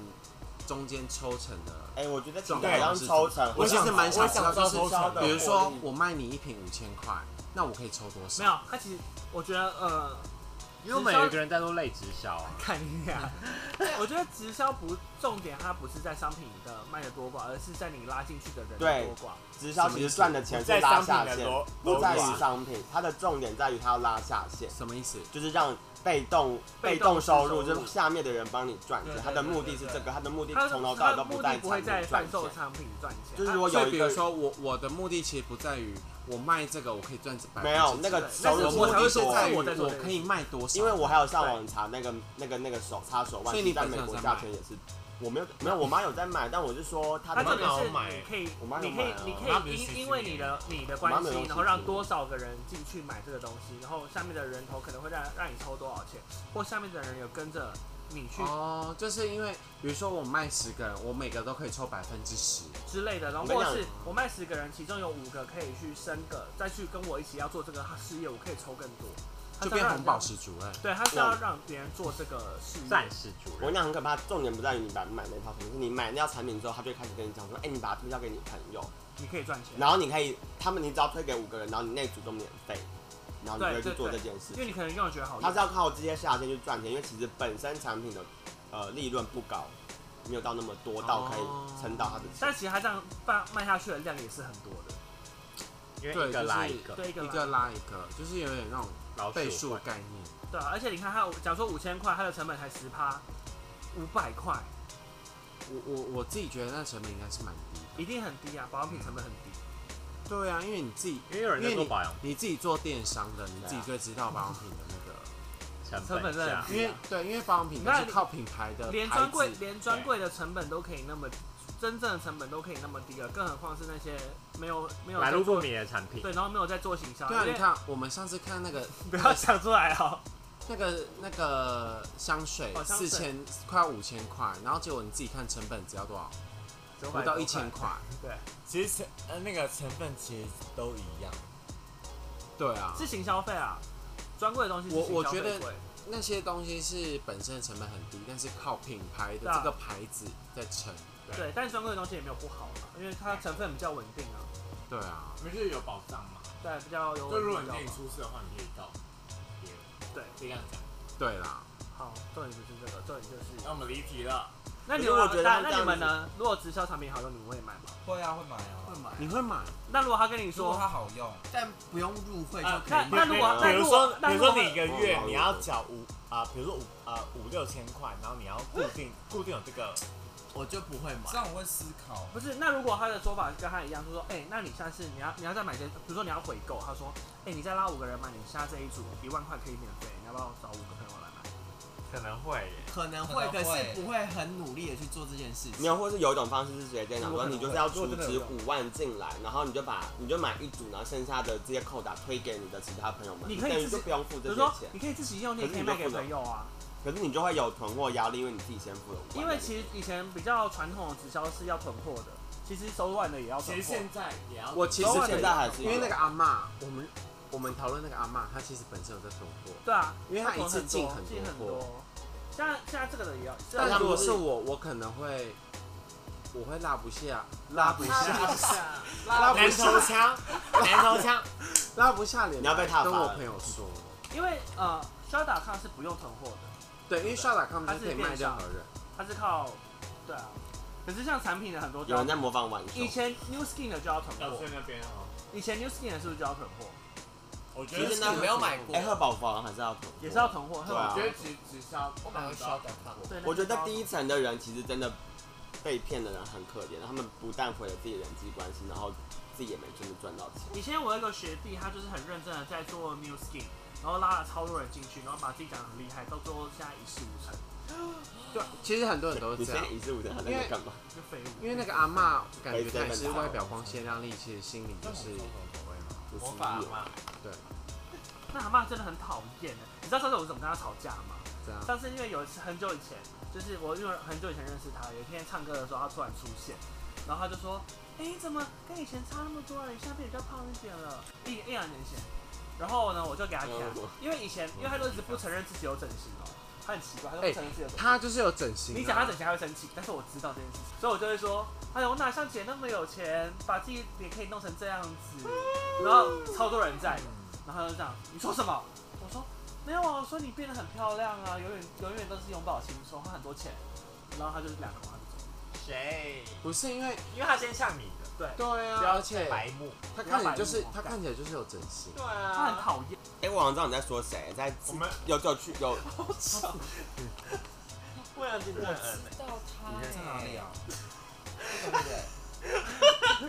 [SPEAKER 3] 中间抽成的，
[SPEAKER 1] 哎、我觉得请
[SPEAKER 3] 对
[SPEAKER 1] 好像抽成，
[SPEAKER 3] 我其实蛮想
[SPEAKER 1] 我想
[SPEAKER 3] 知道
[SPEAKER 1] 抽成的
[SPEAKER 3] 比如说
[SPEAKER 1] 获利
[SPEAKER 3] 我卖你一瓶五千块，那我可以抽多少？
[SPEAKER 2] 没有，他其实我觉得呃，
[SPEAKER 4] 因为我们有一个人在做类直销啊。
[SPEAKER 2] 看一 下，我觉得直销不重点，它不是在商品的卖的多寡，而是在你拉进去的人的
[SPEAKER 1] 对
[SPEAKER 2] 多寡。
[SPEAKER 1] 直销其实赚的钱是拉下线，不在于商品，它的重点在于它要拉下线，
[SPEAKER 3] 什么意思？
[SPEAKER 1] 就是让被动
[SPEAKER 2] 被
[SPEAKER 1] 被
[SPEAKER 2] 动
[SPEAKER 1] 动收入，
[SPEAKER 2] 收入
[SPEAKER 1] 就是下面的人帮你赚钱
[SPEAKER 6] 对对。
[SPEAKER 1] 它的目的是这个，它的目的
[SPEAKER 2] 它
[SPEAKER 1] 从头到尾
[SPEAKER 2] 它
[SPEAKER 1] 都
[SPEAKER 2] 目
[SPEAKER 1] 在
[SPEAKER 2] 的不会
[SPEAKER 1] 产
[SPEAKER 2] 在
[SPEAKER 1] 品赚
[SPEAKER 2] 贩售
[SPEAKER 1] 钱。
[SPEAKER 2] 商品赚钱，
[SPEAKER 1] 就是
[SPEAKER 2] 它
[SPEAKER 1] 如果
[SPEAKER 3] 所
[SPEAKER 1] 有
[SPEAKER 3] 以比
[SPEAKER 1] 一
[SPEAKER 3] 如
[SPEAKER 1] 个
[SPEAKER 3] 说我我的目的其实不在于我卖这个我可以赚百分之
[SPEAKER 1] 没有那个
[SPEAKER 2] 对
[SPEAKER 1] 手
[SPEAKER 2] 那是
[SPEAKER 1] 有
[SPEAKER 3] 我
[SPEAKER 2] 我才
[SPEAKER 1] 目
[SPEAKER 2] 会
[SPEAKER 1] 的
[SPEAKER 3] 的
[SPEAKER 2] 说
[SPEAKER 3] 是
[SPEAKER 1] 多
[SPEAKER 3] 在于
[SPEAKER 2] 我在做
[SPEAKER 3] 我
[SPEAKER 2] 这个
[SPEAKER 3] 可以卖多少，
[SPEAKER 1] 因为我还有上网查那个那个那个手擦手腕，
[SPEAKER 3] 所以你
[SPEAKER 1] 在
[SPEAKER 3] 本
[SPEAKER 1] 美
[SPEAKER 3] 身
[SPEAKER 1] 国
[SPEAKER 3] 有在
[SPEAKER 1] 夏
[SPEAKER 3] 买
[SPEAKER 1] 天也是，我没有没有，我妈有在买，但我是说她
[SPEAKER 2] 它
[SPEAKER 1] 的
[SPEAKER 2] 重
[SPEAKER 1] 那
[SPEAKER 2] 点
[SPEAKER 1] 个
[SPEAKER 2] 是
[SPEAKER 5] 我妈有买
[SPEAKER 2] 你可以
[SPEAKER 1] 我妈，有
[SPEAKER 2] 你可
[SPEAKER 1] 买
[SPEAKER 2] 以
[SPEAKER 1] 啊，
[SPEAKER 2] 你
[SPEAKER 5] 我妈
[SPEAKER 2] 可
[SPEAKER 5] 不
[SPEAKER 2] 以
[SPEAKER 5] 是
[SPEAKER 2] 因
[SPEAKER 5] 西
[SPEAKER 2] 因为
[SPEAKER 5] 芹
[SPEAKER 2] 你的你的
[SPEAKER 1] 妈
[SPEAKER 2] 关
[SPEAKER 1] 没
[SPEAKER 2] 系
[SPEAKER 1] 有东，西
[SPEAKER 2] 然后让
[SPEAKER 1] 吃
[SPEAKER 2] 多少个人进去买这个东西，然后下面的人头可能会让让你抽多少钱，或下面的人有跟着你去
[SPEAKER 3] 哦，就是因为比如说我卖十个人，我每个都可以抽百分之十，
[SPEAKER 2] 之类的，然后
[SPEAKER 1] 我跟你
[SPEAKER 2] 或
[SPEAKER 1] 讲
[SPEAKER 2] 是我卖十个人，其中有五个可以去升个，再去跟我一起要做这个事业，我可以抽更多，它
[SPEAKER 3] 就是
[SPEAKER 2] 要
[SPEAKER 3] 变
[SPEAKER 2] 让
[SPEAKER 3] 红宝。石主任。
[SPEAKER 2] 对，他是要让别人做这个事业。
[SPEAKER 4] 战士主
[SPEAKER 1] 我跟
[SPEAKER 4] 任
[SPEAKER 1] 你讲很可怕，重点不在于你买买那套产品，是你买那套产品之后，他就会开始跟你讲
[SPEAKER 3] 嗯
[SPEAKER 1] 说，哎、你把它推销给你朋友，
[SPEAKER 2] 你可以赚钱，
[SPEAKER 1] 然后你可以，他们你只要推给五个人，然后你那组都免费，然后你就会
[SPEAKER 2] 对
[SPEAKER 1] 去
[SPEAKER 2] 对
[SPEAKER 1] 做这
[SPEAKER 2] 对
[SPEAKER 1] 件事
[SPEAKER 2] 因为
[SPEAKER 1] 情。
[SPEAKER 2] 你可能用的觉得好用。
[SPEAKER 1] 他是要靠这些下线去赚钱，因为其实本身产品的呃利润不高，没有到那么多到可以撑到他的钱。
[SPEAKER 2] 但其实他这样卖卖下去的量也是很多的，
[SPEAKER 4] 因为
[SPEAKER 3] 对
[SPEAKER 4] 一个
[SPEAKER 3] 就是
[SPEAKER 4] 拉一个，
[SPEAKER 2] 对一个
[SPEAKER 3] 一
[SPEAKER 2] 拉
[SPEAKER 3] 个拉一个，就是有点那种
[SPEAKER 4] 老
[SPEAKER 3] 倍
[SPEAKER 4] 鼠
[SPEAKER 3] 数的
[SPEAKER 4] 会
[SPEAKER 3] 概念。
[SPEAKER 2] 对啊。而且你看他，假如说五千块，他的成本才十趴，五百块
[SPEAKER 3] 我我我自己觉得那成本应该是蛮低的。
[SPEAKER 2] 一定很低啊，保养品成本很低。
[SPEAKER 3] 对啊，因为你自己
[SPEAKER 4] 因为有人在做保养
[SPEAKER 3] 你自己做电商的，你
[SPEAKER 1] 对啊
[SPEAKER 3] 自己最知道保养品的那
[SPEAKER 4] 成
[SPEAKER 2] 成本
[SPEAKER 4] 本
[SPEAKER 2] 真的
[SPEAKER 4] 价
[SPEAKER 2] 很
[SPEAKER 3] 个，因为对，因为保养品都
[SPEAKER 2] 那
[SPEAKER 3] 是靠品牌的
[SPEAKER 2] 连
[SPEAKER 3] 呃牌
[SPEAKER 2] 专柜
[SPEAKER 3] 子
[SPEAKER 2] 连专柜的成本都可以那么，真正的成本都可以那么低了，更何况是那些没有没有
[SPEAKER 4] 来
[SPEAKER 2] 在
[SPEAKER 4] 路不
[SPEAKER 2] 做
[SPEAKER 4] 明的产品，
[SPEAKER 2] 对，然后没有在做行销，
[SPEAKER 3] 对啊，
[SPEAKER 2] 因为
[SPEAKER 3] 你看我们上次看 那个
[SPEAKER 2] 不要讲出来哦。
[SPEAKER 3] 那个那个香水
[SPEAKER 2] 哦香水
[SPEAKER 3] 四千快五千块，然后结果你自己看成本只要多少？
[SPEAKER 2] 九
[SPEAKER 3] 不
[SPEAKER 2] 百
[SPEAKER 3] 到
[SPEAKER 2] 多
[SPEAKER 3] 一千
[SPEAKER 2] 块，
[SPEAKER 3] 块。
[SPEAKER 5] 其实成呃那个成分其实都一样，
[SPEAKER 3] 对啊，
[SPEAKER 2] 是行销费啊。专柜的东西是
[SPEAKER 3] 我
[SPEAKER 2] 行
[SPEAKER 3] 我
[SPEAKER 2] 销
[SPEAKER 3] 觉
[SPEAKER 2] 费
[SPEAKER 3] 得
[SPEAKER 2] 贵
[SPEAKER 3] 那些东西是本身的成本很低，但是靠品牌的
[SPEAKER 2] 对啊
[SPEAKER 3] 这个牌子在撑。
[SPEAKER 2] 对，但是专柜的东西也没有不好嘛，因为它成分比较稳定啊，
[SPEAKER 3] 对啊，
[SPEAKER 5] 不是有保障嘛？
[SPEAKER 2] 对，比较有
[SPEAKER 5] 就如果
[SPEAKER 2] 比
[SPEAKER 5] 你
[SPEAKER 2] 较
[SPEAKER 5] 自己
[SPEAKER 2] 好
[SPEAKER 5] 出事的话，你可以告别人。
[SPEAKER 2] 对，
[SPEAKER 5] 可以这样讲。
[SPEAKER 3] 对啦，
[SPEAKER 2] 好，重点不是这个，重点就是
[SPEAKER 5] 那我们离题了。
[SPEAKER 2] 那你
[SPEAKER 1] 可是我
[SPEAKER 2] 们啊
[SPEAKER 1] 觉得
[SPEAKER 2] 那
[SPEAKER 1] 他这
[SPEAKER 2] 那你
[SPEAKER 1] 样
[SPEAKER 2] 们
[SPEAKER 1] 子
[SPEAKER 2] 呢？如果直销产品好用，你们会买吗？
[SPEAKER 6] 会啊，会买啊。
[SPEAKER 7] 买
[SPEAKER 3] 你会买？
[SPEAKER 2] 那如果他跟你
[SPEAKER 6] 如果
[SPEAKER 2] 说，
[SPEAKER 6] 它好用，
[SPEAKER 7] 但不用入会就
[SPEAKER 5] 啊
[SPEAKER 7] 可
[SPEAKER 2] 那
[SPEAKER 7] 以
[SPEAKER 2] 那如果那
[SPEAKER 1] 对
[SPEAKER 5] 比
[SPEAKER 2] 如
[SPEAKER 5] 如
[SPEAKER 2] 果
[SPEAKER 5] 说，
[SPEAKER 2] 那
[SPEAKER 5] 比
[SPEAKER 2] 如
[SPEAKER 5] 如
[SPEAKER 2] 果
[SPEAKER 5] 说你一个月
[SPEAKER 1] 哦
[SPEAKER 5] 你要缴五啊，比如说五啊五六千块，然后你要固定固定有这个，
[SPEAKER 7] 我就不会买。
[SPEAKER 6] 这样我会思考。
[SPEAKER 2] 不是，那如果他的说法跟他一样，就说，哎、那你下次你要你要再买这，比如说你要回购，他说，哎、你再拉五个人买，你下这一组一万块可以免费，你要不要找五个朋友来买？
[SPEAKER 4] 可能会耶，
[SPEAKER 7] 可能
[SPEAKER 6] 可
[SPEAKER 7] 会，
[SPEAKER 6] 能
[SPEAKER 7] 可
[SPEAKER 6] 会
[SPEAKER 7] 是不会很努力的去做这件事情。
[SPEAKER 1] 没有，或是有一种方式是直接跟你讲说，
[SPEAKER 2] 我可能
[SPEAKER 1] 你就是要出资五万进来，然后你就把你就买一组，然后剩下的这些扣打推给你的其他朋友们，
[SPEAKER 2] 你可以
[SPEAKER 1] 等于
[SPEAKER 2] 自己
[SPEAKER 1] 就不用付
[SPEAKER 2] 比
[SPEAKER 1] 这
[SPEAKER 2] 如
[SPEAKER 1] 些
[SPEAKER 2] 说
[SPEAKER 1] 钱
[SPEAKER 2] 你，可以自己用，你也
[SPEAKER 1] 可
[SPEAKER 2] 可
[SPEAKER 1] 是
[SPEAKER 2] 以
[SPEAKER 1] 你
[SPEAKER 2] 卖
[SPEAKER 1] 就
[SPEAKER 2] 给
[SPEAKER 1] 付了
[SPEAKER 2] 朋友啊。
[SPEAKER 1] 可是你就会有囤货压力，因为你自己先付了五万。
[SPEAKER 2] 因为其实以前比较传统的直销是要囤货的，其实手腕的也要囤货。
[SPEAKER 5] 在也要
[SPEAKER 3] 我其
[SPEAKER 1] 其
[SPEAKER 3] 实
[SPEAKER 1] 实
[SPEAKER 3] 觉
[SPEAKER 1] 现
[SPEAKER 3] 得
[SPEAKER 1] 在还是
[SPEAKER 3] 因为那个阿嬷，我们我们讨论那个阿嬷，她其实本身有在囤货。
[SPEAKER 2] 对啊，
[SPEAKER 3] 因为它一次进
[SPEAKER 2] 进
[SPEAKER 3] 很多
[SPEAKER 2] 很
[SPEAKER 3] 货
[SPEAKER 2] 多。现在现在这个的也要，
[SPEAKER 3] 但
[SPEAKER 1] 他
[SPEAKER 3] 如
[SPEAKER 1] 们
[SPEAKER 3] 果
[SPEAKER 1] 是
[SPEAKER 3] 是我，我可能会，我会拉不下，
[SPEAKER 1] 拉不
[SPEAKER 2] 下
[SPEAKER 3] 拉不
[SPEAKER 5] 南 头
[SPEAKER 3] 下，
[SPEAKER 5] 枪，南头枪，
[SPEAKER 3] 拉不下脸。
[SPEAKER 1] 你要被踏伐
[SPEAKER 3] 跟
[SPEAKER 1] 了
[SPEAKER 3] 我朋友说，
[SPEAKER 2] 因为呃，销打抗是不用囤货的，
[SPEAKER 3] 对，因为刷打康
[SPEAKER 2] 它
[SPEAKER 3] 就是是可以卖任何人。
[SPEAKER 2] 它是靠对啊。可是像产品的很多就
[SPEAKER 1] 有
[SPEAKER 2] 要
[SPEAKER 1] 人在模仿玩
[SPEAKER 2] 以
[SPEAKER 1] 具，
[SPEAKER 2] 前 New Skin 的就要囤
[SPEAKER 5] 老
[SPEAKER 2] 货
[SPEAKER 5] 师，那边哦，
[SPEAKER 2] 以前 New Skin 的是不是就要囤货？
[SPEAKER 5] 我觉
[SPEAKER 1] 其
[SPEAKER 5] 得
[SPEAKER 1] 实那
[SPEAKER 5] 是
[SPEAKER 1] 没有
[SPEAKER 7] 买过
[SPEAKER 1] 哎，贺宝房还是要囤货，
[SPEAKER 2] 也是要囤货，
[SPEAKER 1] 对啊
[SPEAKER 5] 我觉得直直销，我
[SPEAKER 7] 买个小的吧
[SPEAKER 2] 对那
[SPEAKER 1] 我觉得
[SPEAKER 2] 个
[SPEAKER 1] 第一层的人其实真的被骗的人很可怜，他们不但毁了自己人际关系，然后自己也没真的赚到钱。
[SPEAKER 2] 以前我有一个学弟，他就是很认真的在做 New Skin，然后拉了超多人进去，然后把自己讲得很厉害，到最后现在一事无成，
[SPEAKER 3] 对，其实很多人都
[SPEAKER 1] 你
[SPEAKER 3] 是这
[SPEAKER 1] 现
[SPEAKER 3] 样
[SPEAKER 1] 在，一事无成，他在那干嘛？
[SPEAKER 2] 就废物。
[SPEAKER 3] 因为那个阿嬷感觉她也是外表光鲜亮丽，其实心里就是
[SPEAKER 1] 不是
[SPEAKER 4] 魔法嘛，
[SPEAKER 3] 对
[SPEAKER 2] 那阿妈真的很讨厌的，你知道上次我怎么跟他吵架吗？
[SPEAKER 3] 这样。
[SPEAKER 2] 上次因为有一次很久以前，就是我因为很久以前认识他，有一天唱歌的时候他突然出现，然后他就说：“哎、怎么跟以前差那么多啊？你现在变得比较胖一点了，一一两年前。”然后呢，我就给他看，因为以前因为他都一直不承认自己有整形哦、他很奇怪，他都不承认自己有整形。
[SPEAKER 3] 她就是有整形啊，
[SPEAKER 2] 你讲他整形他会生气，但是我知道这件事情，所以我就会说，哎呀，我哪像姐那么有钱，把自己脸可以弄成这样子，然后超多人在，然后他就这样，你说什么？我说没有啊，我说你变得很漂亮啊，永远永远都是永葆青春，花很多钱，然后他就是两个花走，
[SPEAKER 4] 谁？
[SPEAKER 3] 不是因为
[SPEAKER 4] 因为他先像你的，
[SPEAKER 2] 对，
[SPEAKER 3] 对啊，而且
[SPEAKER 4] 白目，
[SPEAKER 3] 她看起来就是
[SPEAKER 2] 不要白目
[SPEAKER 3] 她看起来就是有整形，
[SPEAKER 4] 对
[SPEAKER 2] 他很
[SPEAKER 4] 啊，
[SPEAKER 2] 讨厌，
[SPEAKER 1] 哎、我好像知道你在说谁，在
[SPEAKER 5] 我们
[SPEAKER 1] 有有去有
[SPEAKER 4] 为了真的很
[SPEAKER 6] 知道它
[SPEAKER 7] 哎
[SPEAKER 6] 你在哪里啊？
[SPEAKER 1] 有拍谁？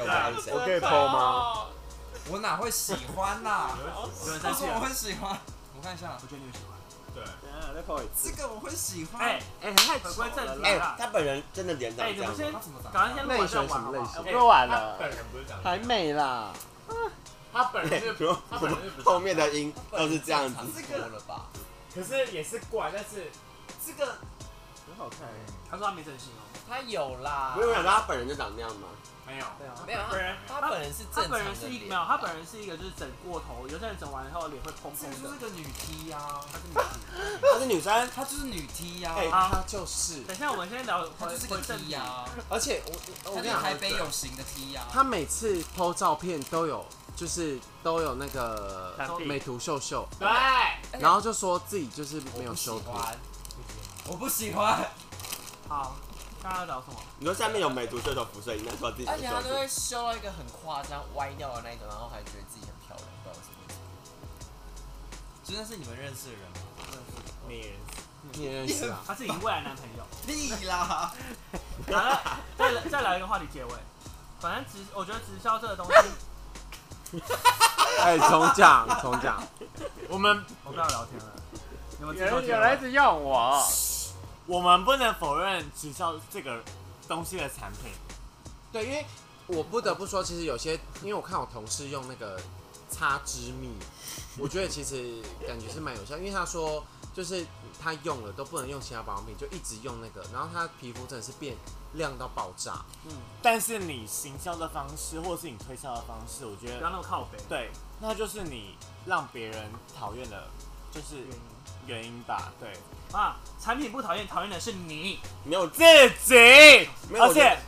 [SPEAKER 5] 啊
[SPEAKER 1] 可以 p 吗？
[SPEAKER 6] 我哪会喜欢啊呐、
[SPEAKER 2] 有人
[SPEAKER 6] 为
[SPEAKER 2] 生
[SPEAKER 6] 什
[SPEAKER 2] 气
[SPEAKER 6] 么
[SPEAKER 2] 了。
[SPEAKER 6] 我会喜欢？我看一下
[SPEAKER 7] 我，觉得你们喜欢。
[SPEAKER 4] 对，
[SPEAKER 2] 等一下再破一次。
[SPEAKER 6] 这个我会喜欢。
[SPEAKER 2] 哎
[SPEAKER 3] 哎，太
[SPEAKER 2] 回归正题
[SPEAKER 1] 哎、
[SPEAKER 2] 啦。
[SPEAKER 1] 他本人真的脸长
[SPEAKER 2] 哎，
[SPEAKER 1] 这
[SPEAKER 2] 你
[SPEAKER 1] 样
[SPEAKER 2] 们
[SPEAKER 1] 吗
[SPEAKER 2] 先
[SPEAKER 6] 他怎么长？
[SPEAKER 2] 赶快先录完再玩好不
[SPEAKER 3] 类
[SPEAKER 2] 好
[SPEAKER 3] 型？
[SPEAKER 2] 哎
[SPEAKER 3] 录完
[SPEAKER 4] 他
[SPEAKER 3] 了，
[SPEAKER 4] 本人不是长这
[SPEAKER 3] 还
[SPEAKER 4] 样，
[SPEAKER 3] 没啦。
[SPEAKER 4] 他本人是
[SPEAKER 1] 比哎如
[SPEAKER 4] 他
[SPEAKER 1] 我
[SPEAKER 4] 本
[SPEAKER 1] 们
[SPEAKER 4] 人是不是
[SPEAKER 1] 后面的音都是这样子，
[SPEAKER 7] 这个了吧？
[SPEAKER 4] 可是也是怪，但是
[SPEAKER 6] 这个
[SPEAKER 2] 很好看哎。他说他没整形哦。
[SPEAKER 6] 他有啦
[SPEAKER 8] 啊
[SPEAKER 1] 我，有想到他本人就长那样吗？
[SPEAKER 4] 没有，
[SPEAKER 2] 对啊。
[SPEAKER 6] 没有
[SPEAKER 2] 本人
[SPEAKER 6] 他本人是
[SPEAKER 2] 他
[SPEAKER 6] 正常的
[SPEAKER 2] 本人
[SPEAKER 6] 脸
[SPEAKER 2] 是一没有，他本人是一个就是整过头，有些人整完以后脸会蓬
[SPEAKER 6] 这
[SPEAKER 2] 蓬
[SPEAKER 6] 个就
[SPEAKER 2] 的。
[SPEAKER 6] 是个女 T 呀、啊，
[SPEAKER 2] 他是女的
[SPEAKER 1] 她是女生，
[SPEAKER 6] 她就是女 T 呀、
[SPEAKER 1] 哎
[SPEAKER 2] 好，
[SPEAKER 3] 他就是，
[SPEAKER 2] 等一下我们先聊
[SPEAKER 6] 她
[SPEAKER 2] 回
[SPEAKER 6] 就是个啊
[SPEAKER 2] 回正
[SPEAKER 6] T
[SPEAKER 2] 题
[SPEAKER 6] 呀、。
[SPEAKER 3] 而且我我
[SPEAKER 6] 她
[SPEAKER 3] 跟你
[SPEAKER 6] 是
[SPEAKER 3] 讲，
[SPEAKER 6] 台北有型的 T 呀、
[SPEAKER 3] 他每次 PO 照片都有，就是都有那个
[SPEAKER 2] 闪避
[SPEAKER 3] 美图秀秀，
[SPEAKER 4] 对，
[SPEAKER 3] 然后就说自己就是没
[SPEAKER 6] 我
[SPEAKER 3] 有
[SPEAKER 6] 不喜
[SPEAKER 3] 修图。
[SPEAKER 6] 欢，我不喜欢，
[SPEAKER 2] 好，大家要聊什么？
[SPEAKER 1] 你说下面有美图秀秀辐射应该说自己
[SPEAKER 8] 而
[SPEAKER 1] 的
[SPEAKER 8] 且
[SPEAKER 1] 秀
[SPEAKER 8] 她都
[SPEAKER 1] 秀
[SPEAKER 8] 会修到一个很夸张、歪掉的那种，然后还觉得自己很漂亮，不知道为什么。
[SPEAKER 6] 真的是你们认识的人吗？
[SPEAKER 4] 你人
[SPEAKER 3] 你也认识啊？
[SPEAKER 2] 他是你未来男朋 友。
[SPEAKER 6] 屁啦！
[SPEAKER 2] 好了，再来再来一个话题结尾。反正直，我觉得直销这个东西，
[SPEAKER 3] 哎，重 讲重讲，
[SPEAKER 5] 我们
[SPEAKER 2] 我不要聊天了。你们
[SPEAKER 4] 有
[SPEAKER 2] 直销
[SPEAKER 4] 人
[SPEAKER 2] 结
[SPEAKER 4] 有人一
[SPEAKER 2] 尾，
[SPEAKER 4] 直用我，
[SPEAKER 5] 我们不能否认直销这个东西的产品，
[SPEAKER 3] 对，因为我不得不说，其实有些，因为我看我同事用那个擦脂蜜，我觉得其实感觉是蛮有效，因为他说就是他用了都不能用其他保养品，就一直用那个，然后他皮肤真的是变亮到爆炸。
[SPEAKER 5] 但是你行销的方式或是你推销的方式，我觉
[SPEAKER 2] 不要
[SPEAKER 5] 得
[SPEAKER 2] 那么靠北。
[SPEAKER 5] 对，那就是你让别人讨厌的，就是
[SPEAKER 2] 原因
[SPEAKER 5] 原因吧。对，
[SPEAKER 2] 啊，产品不讨厌，讨厌的是你。
[SPEAKER 1] 没有
[SPEAKER 5] 自己，
[SPEAKER 1] 没有
[SPEAKER 5] 而
[SPEAKER 1] 我觉得
[SPEAKER 5] 且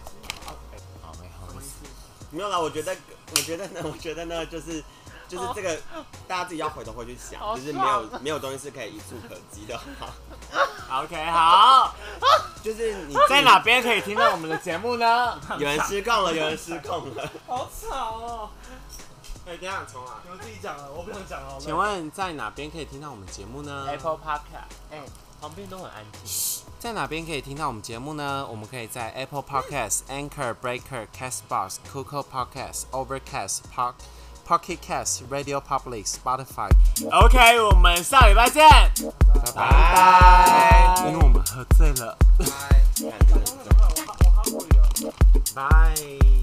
[SPEAKER 3] 好，没好
[SPEAKER 2] 什
[SPEAKER 3] 意
[SPEAKER 2] 么意
[SPEAKER 3] 思。
[SPEAKER 2] 思？
[SPEAKER 1] 没有啦，我觉得，我觉得呢，我觉得呢，就是就是这个，大家自己要回头回去想，就是没有没有东西是可以一触可及的，好吗
[SPEAKER 5] OK 好，
[SPEAKER 1] 就是你
[SPEAKER 5] 在哪边可以听到我们的节目呢？
[SPEAKER 1] 有人失控了，有人失控了，
[SPEAKER 2] 好吵哦！
[SPEAKER 3] 哎，等一下重来。
[SPEAKER 2] 你们自己讲了，我不想讲了。
[SPEAKER 3] 请问在哪边可以听到我们节目呢
[SPEAKER 4] Apple Podcast，哎、旁边都很安静。
[SPEAKER 3] 在哪边可以听到我们节目呢？我们可以在 Apple Podcast、Anchor、Breaker、Castbox、Google Podcast、Overcast、Park、Pocket Cast、Radio Public、Spotify。
[SPEAKER 5] OK，我们下礼拜见。
[SPEAKER 3] 拜拜，因为我们喝醉了。
[SPEAKER 1] 看真的是
[SPEAKER 3] 拜。